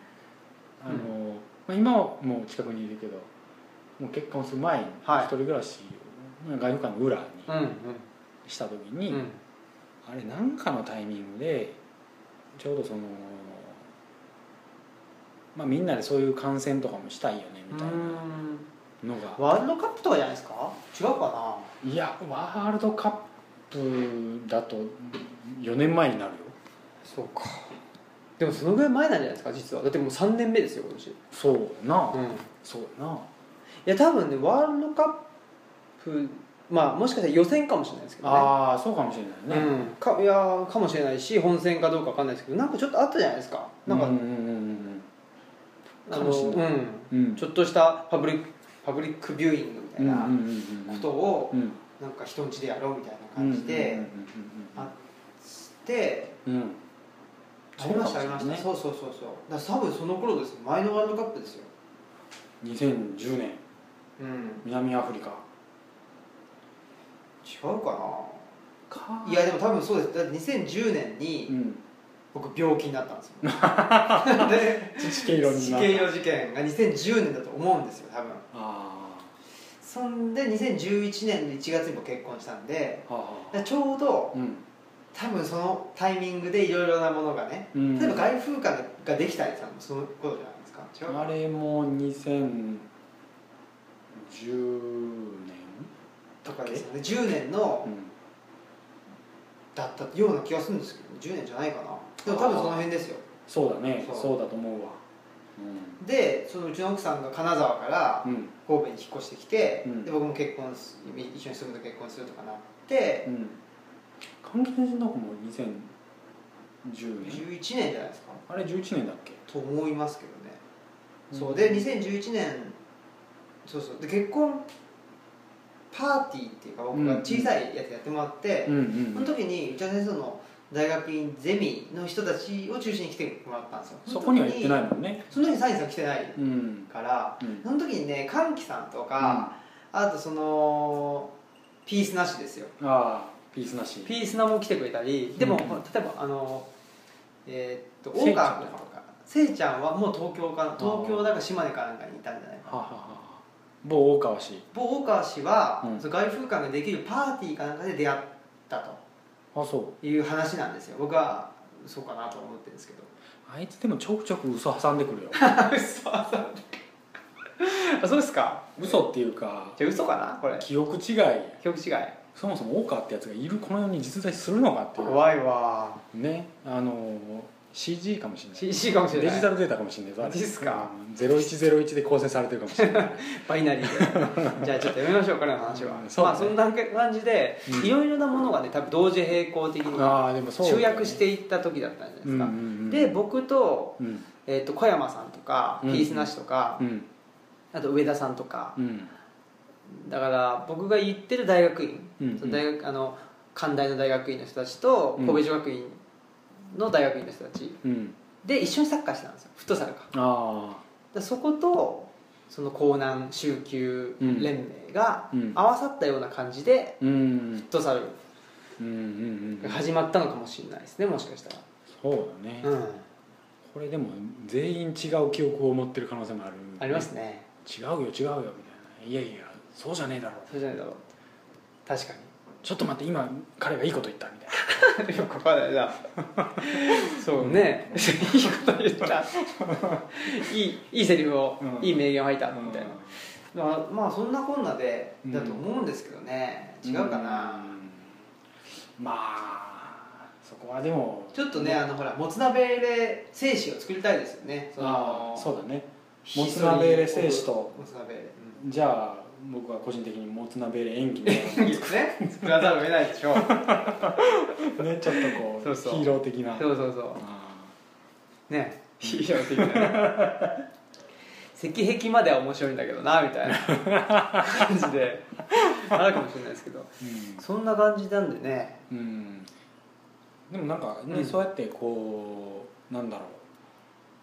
Speaker 2: あのまあ、今はもう近くにいるけどもう結婚する前に
Speaker 1: はい
Speaker 2: 一人暮らしを、まあ外務官の裏に
Speaker 1: うんうん
Speaker 2: した時
Speaker 1: う
Speaker 2: に、
Speaker 1: ん
Speaker 2: あれなんかのタイミングでちょうどその、まあ、みんなでそういう観戦とかもしたいよねみたい
Speaker 1: うん
Speaker 2: なのが
Speaker 1: ワールドカップとかじゃないですか違うか
Speaker 2: いやワールドカップだと4年前になるよ
Speaker 1: そうかでもそのぐらい前なんじゃないですか実はだってもう3年目ですよ今年
Speaker 2: そうな、
Speaker 1: うんい
Speaker 2: そうな
Speaker 1: や多分ねワールドカップまあもしかしたら予選かもしれないですけどね
Speaker 2: ああそうかもしれないね、
Speaker 1: うん、かいやーかもしれないし本戦かどうかわかんないですけどなんかちょっとあったじゃないですかなんか、
Speaker 2: うんうんうんうん
Speaker 1: あ
Speaker 2: か
Speaker 1: の
Speaker 2: もしれないうん
Speaker 1: うん、ちょっとしたパブリックパブリックビューイングみたいなことを
Speaker 2: うん
Speaker 1: なんか人んちでやろうみたいな感じであして
Speaker 2: うんうんうんうんうんうん
Speaker 1: ありましたありました
Speaker 2: そうかもしれないね
Speaker 1: そうそうそうそうだから多分その頃ですよ前のワールドカップですよ
Speaker 2: 2010年
Speaker 1: うん
Speaker 2: 南アフリカ
Speaker 1: 違うか
Speaker 2: か
Speaker 1: ないやでも多分そうですだって2010年
Speaker 2: う
Speaker 1: に
Speaker 2: ん
Speaker 1: 僕病気になったんですよで
Speaker 2: 地形論に
Speaker 1: 死
Speaker 2: な
Speaker 1: 刑用事件が2010年だと思うんですよ多分
Speaker 2: あ
Speaker 1: そんで2011年の1月にも結婚したんで
Speaker 2: ーあ
Speaker 1: だからちょうど
Speaker 2: ーうん
Speaker 1: 多分そのタイミングでいろいろなものがね
Speaker 2: うん
Speaker 1: 例えば外風館ができたりさそのことじゃないですか違う
Speaker 2: あれも2010年
Speaker 1: とかですよね10年のだったような気がするんですけど10年じゃないかなでも多分その辺ですよ
Speaker 2: そうだね
Speaker 1: そう
Speaker 2: そうだと思うわ
Speaker 1: でそのうちの奥さんが金沢から
Speaker 2: うんうん
Speaker 1: 神戸に引っ越してきて、
Speaker 2: うん
Speaker 1: で僕も結婚す一緒に住むと結婚するとかなって、
Speaker 2: うん関係人の子も2010年
Speaker 1: 11年じゃないですか
Speaker 2: あれ11年だっけ
Speaker 1: と思いますけどね、そううんで2011年そうそうで結婚パーティーっていうか僕が小さいやつやってもらって、
Speaker 2: うんう
Speaker 1: そ
Speaker 2: ん
Speaker 1: の時に内田先生の大学院ゼミの人たちを中心に来てもらったんですよ
Speaker 2: そこには行ってないいもんね
Speaker 1: その時にサインさん来てない
Speaker 2: うん
Speaker 1: から
Speaker 2: うん
Speaker 1: その時にね歓喜さんとか、あとそのピースなしですよ
Speaker 2: ああピースなし
Speaker 1: ピースナも来てくれたりでも、
Speaker 2: うん
Speaker 1: ほら例えばあのえーっと
Speaker 2: せ
Speaker 1: 大
Speaker 2: いちゃ
Speaker 1: 川
Speaker 2: ん
Speaker 1: 君とかせいちゃんはもう東京かな
Speaker 2: ー
Speaker 1: 東京だか島根かなんかにいたんじゃないか
Speaker 2: はははは某大川氏
Speaker 1: 某大川氏は、
Speaker 2: うん
Speaker 1: その外風館ができるパーティーかなんかで出会った
Speaker 2: あそう
Speaker 1: という話なんですよ僕はそうかなと思ってるんですけど
Speaker 2: あいつでもちょくちょく嘘挟んでく るよ
Speaker 1: 嘘 あそうですか
Speaker 2: 嘘っていうか
Speaker 1: じゃあ嘘かなこれ
Speaker 2: 記憶違い
Speaker 1: 記憶違い
Speaker 2: そもそも大川ってやつがいるこの世に実在するのかっていう
Speaker 1: 怖いわ
Speaker 2: ねあの CG かもしれない
Speaker 1: CC かもしれ
Speaker 2: デ
Speaker 1: ない
Speaker 2: ジタルデータかもしれないぞあれ
Speaker 1: マジっすか
Speaker 2: うん0101で構成されてるかもし れない
Speaker 1: バイナリー でじゃあちょっとやめましょうこれの話は、
Speaker 2: うんそう
Speaker 1: ま
Speaker 2: だ
Speaker 1: あ
Speaker 2: ね
Speaker 1: そんな感じで
Speaker 2: うん
Speaker 1: いろいろなものがね多分同時並行的に
Speaker 2: ああでもそうだ
Speaker 1: 集
Speaker 2: よね
Speaker 1: 約していった時だったんじゃないで
Speaker 2: うん
Speaker 1: す
Speaker 2: うんう
Speaker 1: か、
Speaker 2: ん
Speaker 1: で僕と,、
Speaker 2: うん
Speaker 1: えっと小山さんとか
Speaker 2: う
Speaker 1: ピ
Speaker 2: ん
Speaker 1: ースなしとか、
Speaker 2: うん
Speaker 1: あと上田さんとか
Speaker 2: うん
Speaker 1: だから僕が行ってる大学院、
Speaker 2: うん
Speaker 1: その大学あの関大の大学院の人たちと
Speaker 2: うん
Speaker 1: 神戸女学院の大学院の人たち
Speaker 2: うん
Speaker 1: で一緒にサッカーしてたんですよフットサルかだか
Speaker 2: あ
Speaker 1: らそことその江南週休連盟が
Speaker 2: うんうん
Speaker 1: 合わさったような感じで
Speaker 2: あうん
Speaker 1: フットサル
Speaker 2: うんうんうん
Speaker 1: が始まったのかもしれないですねもしかしたら、
Speaker 2: そうだね
Speaker 1: うん、
Speaker 2: これでも全員違う記憶を持ってる可能性もある
Speaker 1: ありますね
Speaker 2: 違うよ違うよみたいないやいやそうじゃねえだろ
Speaker 1: そうじゃないだろう確か
Speaker 2: ちょっと待って今彼がいいこと言ったみたいな
Speaker 1: によくわかんないなそうねいいこと言ったいいいいセリフを、
Speaker 2: うん
Speaker 1: いい名言を 吐いたみ
Speaker 2: み
Speaker 1: た
Speaker 2: た
Speaker 1: い
Speaker 2: い
Speaker 1: な
Speaker 2: な
Speaker 1: だからまあそんなこんなで
Speaker 2: うん
Speaker 1: だと思うんですけどね、違うかな、
Speaker 2: うんまあそこはでも
Speaker 1: ちょっとねあのほらもつ鍋で精子を作りたいですよねそ
Speaker 2: あ
Speaker 1: の
Speaker 2: あそうだね
Speaker 1: ひそり
Speaker 2: もつ鍋で精子と
Speaker 1: もつ鍋で、
Speaker 2: じゃあ僕は個人的にもつ鍋で演技
Speaker 1: うん、いいですね 作らざるを得ないでしょ
Speaker 2: のねちょっとこう
Speaker 1: そうそう
Speaker 2: ヒーロー的な
Speaker 1: そうそうそ
Speaker 2: あ
Speaker 1: うねヒーロー的な石壁までは面白いんだけどなみたいな感じであるかもしれないですけど
Speaker 2: ー
Speaker 1: そんな感じなんでね
Speaker 2: うん、うん、でもなんかね、
Speaker 1: うん
Speaker 2: そうやってこうなんだろ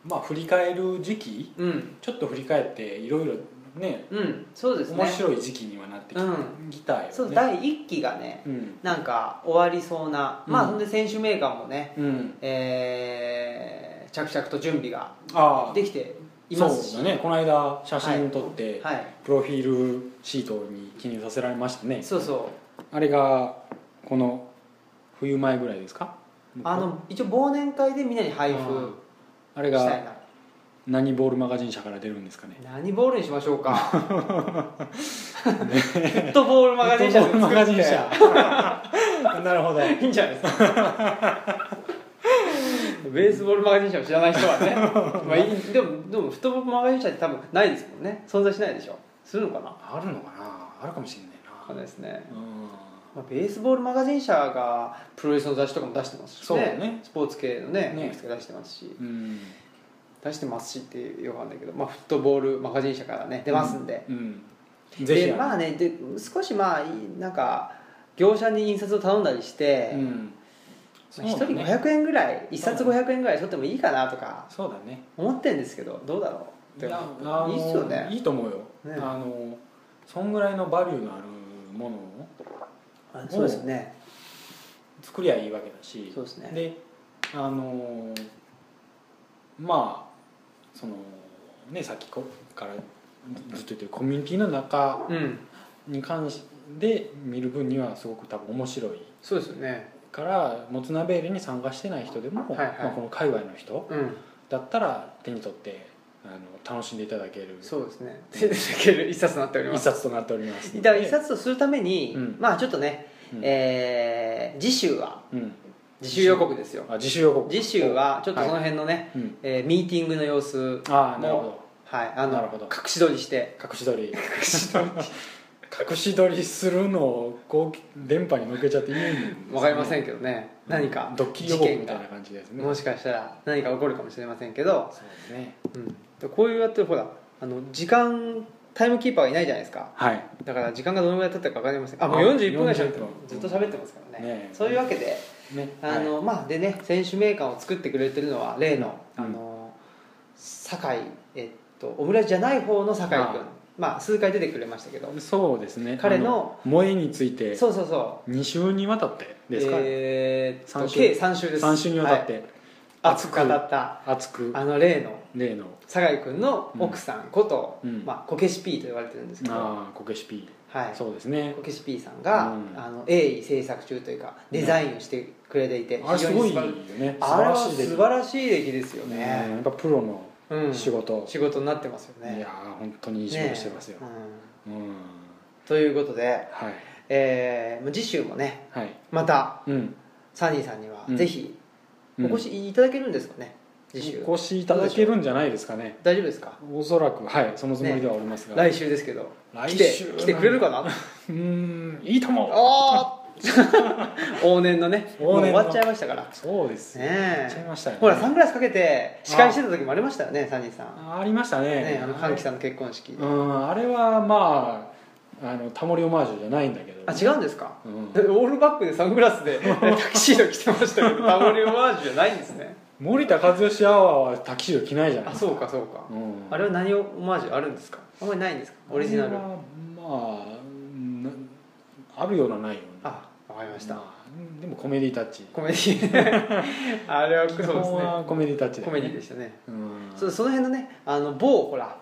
Speaker 2: うまあ振り返る時期
Speaker 1: うん
Speaker 2: ちょっと振り返っていろいろね
Speaker 1: うんそうですね
Speaker 2: 面白い時期にはなってき,、
Speaker 1: うん
Speaker 2: きたよね
Speaker 1: そう第1期がね
Speaker 2: うん
Speaker 1: なんか終わりそうな、まあ
Speaker 2: うん
Speaker 1: そんで選手メーカーもね、
Speaker 2: うん
Speaker 1: えー着々と準備が
Speaker 2: ああ
Speaker 1: できていますし
Speaker 2: そうだねこの間写真撮って、
Speaker 1: はい、
Speaker 2: プロフィールシートに記入させられましたね
Speaker 1: そうそ
Speaker 2: あれがこの冬前ぐらいですか
Speaker 1: うあの一応忘年会でみんなに配布
Speaker 2: あれ
Speaker 1: した
Speaker 2: が
Speaker 1: いな
Speaker 2: 何ボールマガジン社から出るんですかね
Speaker 1: 何ボールにしましょうかフットボールマガジン社で
Speaker 2: フットボールマガジン
Speaker 1: 作
Speaker 2: 社
Speaker 1: っ
Speaker 2: なるほど
Speaker 1: いいんじゃないですかベースボールマガジン社を知らない人 はね、まあ、いいでもでもフットボールマガジン社って多分ないですもんね存在しないでしょするのかなわ
Speaker 2: あるのかなあるかもしれない
Speaker 1: かん
Speaker 2: な
Speaker 1: ないですね、
Speaker 2: うん
Speaker 1: まあ、ベースボールマガジン社がプロレスの雑誌とかも出してますしね
Speaker 2: そうね
Speaker 1: スポーツ系のね
Speaker 2: ね
Speaker 1: いくつか出してますし
Speaker 2: うん
Speaker 1: 出してますしってよくわかんないけど、まあ、フットボールマガジン社からね出ますんで、
Speaker 2: うんぜひ
Speaker 1: でまあねで少しまあいなんか業者に印刷を頼んだりして、
Speaker 2: う
Speaker 1: ま
Speaker 2: ん
Speaker 1: あ一人
Speaker 2: そうだね
Speaker 1: 500円ぐらい一冊
Speaker 2: そうだ
Speaker 1: 500円ぐらい取ってもいいかなとか
Speaker 2: そうだね
Speaker 1: 思ってんですけどどうだろうで
Speaker 2: いやあ
Speaker 1: も
Speaker 2: の
Speaker 1: いいっすよね
Speaker 2: いいと思うよ、
Speaker 1: ね
Speaker 2: あのそんぐらいのバリューのあるものを
Speaker 1: あそうですよね
Speaker 2: 作りゃいいわけだし
Speaker 1: そうですね
Speaker 2: であのまあそのねさっきこからずっと言ってるコミュニティの中
Speaker 1: うん
Speaker 2: に関してで見る分にはすごく多分面白い
Speaker 1: そうですよね
Speaker 2: からもつ鍋入れに参加してない人でも、
Speaker 1: はいはい
Speaker 2: まあ、この界隈の人
Speaker 1: うん
Speaker 2: だったら手に取ってあの楽しんでいただける
Speaker 1: そうですね手 で書ける一冊になっておりま
Speaker 2: 一
Speaker 1: す
Speaker 2: 冊となっておりますの
Speaker 1: だ
Speaker 2: で
Speaker 1: から一冊とするために、
Speaker 2: うん
Speaker 1: まあちょっとね、
Speaker 2: うん
Speaker 1: えー次週は
Speaker 2: うん、
Speaker 1: 次週予告ですよ
Speaker 2: あ自主予告
Speaker 1: 次週はちょっとその辺のね、
Speaker 2: うん、
Speaker 1: えーミーティングの様子
Speaker 2: ああなるほど
Speaker 1: はい、あ
Speaker 2: なるほ
Speaker 1: の
Speaker 2: ど
Speaker 1: 隠し撮りして
Speaker 2: 隠し撮り隠し撮り 隠し撮りするのをこう電波に向けちゃっていいんですね
Speaker 1: わかりませんけどね、何か
Speaker 2: ドッキリ予
Speaker 1: 事
Speaker 2: 告
Speaker 1: 件
Speaker 2: みたい
Speaker 1: が
Speaker 2: な感じですね
Speaker 1: もしかしたら何か起こるかもしれませんけど、
Speaker 2: そうですね
Speaker 1: うん、でこういうやってるほらあの時間タイムキーパーがいないじゃないですか
Speaker 2: はい
Speaker 1: だから時間がどのぐらい経ったか分かりませんあもう
Speaker 2: あ
Speaker 1: 41分ぐらいしゃべって
Speaker 2: 41
Speaker 1: ずっと喋ってますからね
Speaker 2: ねえ
Speaker 1: そういうわけで
Speaker 2: ね
Speaker 1: あの、まあでね選手名鑑を作ってくれてるのは例の、
Speaker 2: うん
Speaker 1: あの酒井えっとオムライスじゃない方の酒井君
Speaker 2: ああ
Speaker 1: まあ数回出てくれましたけど
Speaker 2: はいそうですね
Speaker 1: 彼
Speaker 2: あ
Speaker 1: の
Speaker 2: 萌えについて
Speaker 1: そうそうそう
Speaker 2: 2週にわたってですか、
Speaker 1: えーっと
Speaker 2: 三週
Speaker 1: 計3週です
Speaker 2: 3週にわたっ
Speaker 1: はい
Speaker 2: て
Speaker 1: 熱く語った
Speaker 2: 熱く
Speaker 1: あの例の
Speaker 2: 例の
Speaker 1: 酒井君の奥さんこと、
Speaker 2: うん
Speaker 1: まあ、コケシピーと言われてるんですけど、は
Speaker 2: ああこけし P
Speaker 1: い、
Speaker 2: そうですね
Speaker 1: コケシピーさんが、
Speaker 2: うん
Speaker 1: あの鋭意制作中というかデザインをしてくれていて、
Speaker 2: あれすごい
Speaker 1: 素晴
Speaker 2: よ
Speaker 1: ら
Speaker 2: ね素
Speaker 1: あれは
Speaker 2: 晴らしいです
Speaker 1: 素晴らしい出来ですよ
Speaker 2: ね
Speaker 1: ね、
Speaker 2: やっぱプロの
Speaker 1: うん
Speaker 2: 仕事、
Speaker 1: 仕事になってますよね
Speaker 2: いやー本当にいい仕事してますよ、
Speaker 1: ね
Speaker 2: うん
Speaker 1: うんということで、
Speaker 2: はい
Speaker 1: えー次週もね
Speaker 2: はい
Speaker 1: また
Speaker 2: うん
Speaker 1: サニーさんには
Speaker 2: うん
Speaker 1: ぜひお
Speaker 2: うん
Speaker 1: 越しいただけるんですかね、次週
Speaker 2: お越しいただけるんじゃないですかね
Speaker 1: 大丈夫ですか
Speaker 2: おそらくはいそのつもりではおりますが、
Speaker 1: 来週ですけど
Speaker 2: 来
Speaker 1: 来
Speaker 2: 週
Speaker 1: て来てくれるかな
Speaker 2: うーんいいとも
Speaker 1: あー往年のねもう
Speaker 2: 往
Speaker 1: 終
Speaker 2: 年の
Speaker 1: わっちゃいましたからね
Speaker 2: そうですよやっちゃい
Speaker 1: え
Speaker 2: ましたよね
Speaker 1: ほらサングラスかけて司会してた時もありましたよねサニーさん
Speaker 2: ありましたね
Speaker 1: ねあの歓喜さんの結婚式
Speaker 2: うんあれはまああのタモリオマージュじゃないんだけど
Speaker 1: あ違うんですか
Speaker 2: うん
Speaker 1: オールバックでサングラス でタキシード着てましたけどタモリオマージュじゃないんですね
Speaker 2: 森田和義アワーはタキシード着ないじゃない
Speaker 1: あ
Speaker 2: ですか
Speaker 1: そうかそうか
Speaker 2: うん
Speaker 1: あれは何をオマージュあるんですかあんまりないんですかオリジナル
Speaker 2: あれはまあなあるようなないような
Speaker 1: あわかりました
Speaker 2: まあうんでもコメディタッチ
Speaker 1: コメディあれはそうで
Speaker 2: 基
Speaker 1: すね
Speaker 2: 本はコメディタッチだ
Speaker 1: コ
Speaker 2: よ
Speaker 1: メ
Speaker 2: ね
Speaker 1: ディでしたね
Speaker 2: うん
Speaker 1: そうその辺のねあの某ほら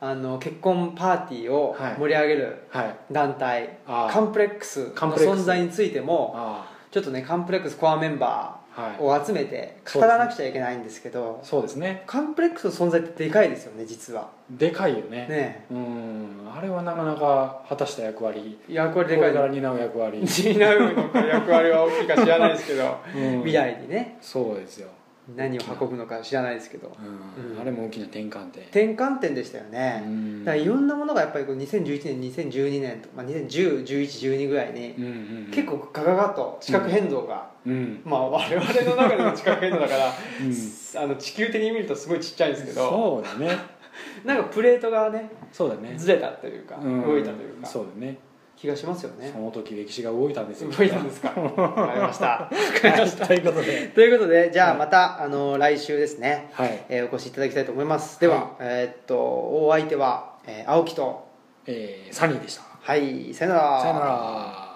Speaker 1: あの結婚パーティーを
Speaker 2: はい
Speaker 1: 盛り上げる
Speaker 2: はい
Speaker 1: 団体、
Speaker 2: あー
Speaker 1: カンプレックスの
Speaker 2: カンプレックス
Speaker 1: 存在についても
Speaker 2: あ
Speaker 1: ちょっとねカンプレックスコアメンバ
Speaker 2: あは
Speaker 1: ー
Speaker 2: い
Speaker 1: を集めて語らなくちゃいけないんですけど
Speaker 2: そうですね
Speaker 1: カンプレックスの存在ってでかいですよね実は
Speaker 2: でかいよね
Speaker 1: ね
Speaker 2: うんあれはなかなか果たした役割
Speaker 1: え役割で
Speaker 2: これ
Speaker 1: かい
Speaker 2: か
Speaker 1: から
Speaker 2: 担う 役割、
Speaker 1: 担うのか役割は大きいか知らないですけど
Speaker 2: うん
Speaker 1: 未来にね
Speaker 2: そうですよ、
Speaker 1: 何を運ぶのか知らないですけど
Speaker 2: うん
Speaker 1: うん
Speaker 2: あれも大きな転換点
Speaker 1: 転換点でしたよ
Speaker 2: う
Speaker 1: ね、
Speaker 2: ん
Speaker 1: だからいろんなものがやっぱりこう2011年2012年とか、まあ、20101112ぐらいに
Speaker 2: うんうんうん
Speaker 1: 結構ガガガと地殻変動が、
Speaker 2: うん、
Speaker 1: まあ我々の中での地殻変動だから、
Speaker 2: うん
Speaker 1: あの地球的に見るとすごいちっちゃいんですけど
Speaker 2: そうだね
Speaker 1: なんかプレートがね
Speaker 2: そうだね
Speaker 1: ずれたというか、
Speaker 2: うん
Speaker 1: 動いたというか
Speaker 2: そうだね
Speaker 1: 気がしますよね
Speaker 2: その時歴史が動いたんですよ
Speaker 1: 動いたんです かわかりましたわかりました
Speaker 2: はいということで
Speaker 1: ということでじゃあまた、あの来週ですね、
Speaker 2: はい、
Speaker 1: えーお越しいただきたいと思いますでは、
Speaker 2: はい
Speaker 1: えーっとお相手は、えー青木と
Speaker 2: えーサニーでした
Speaker 1: はいさよ
Speaker 2: さよなら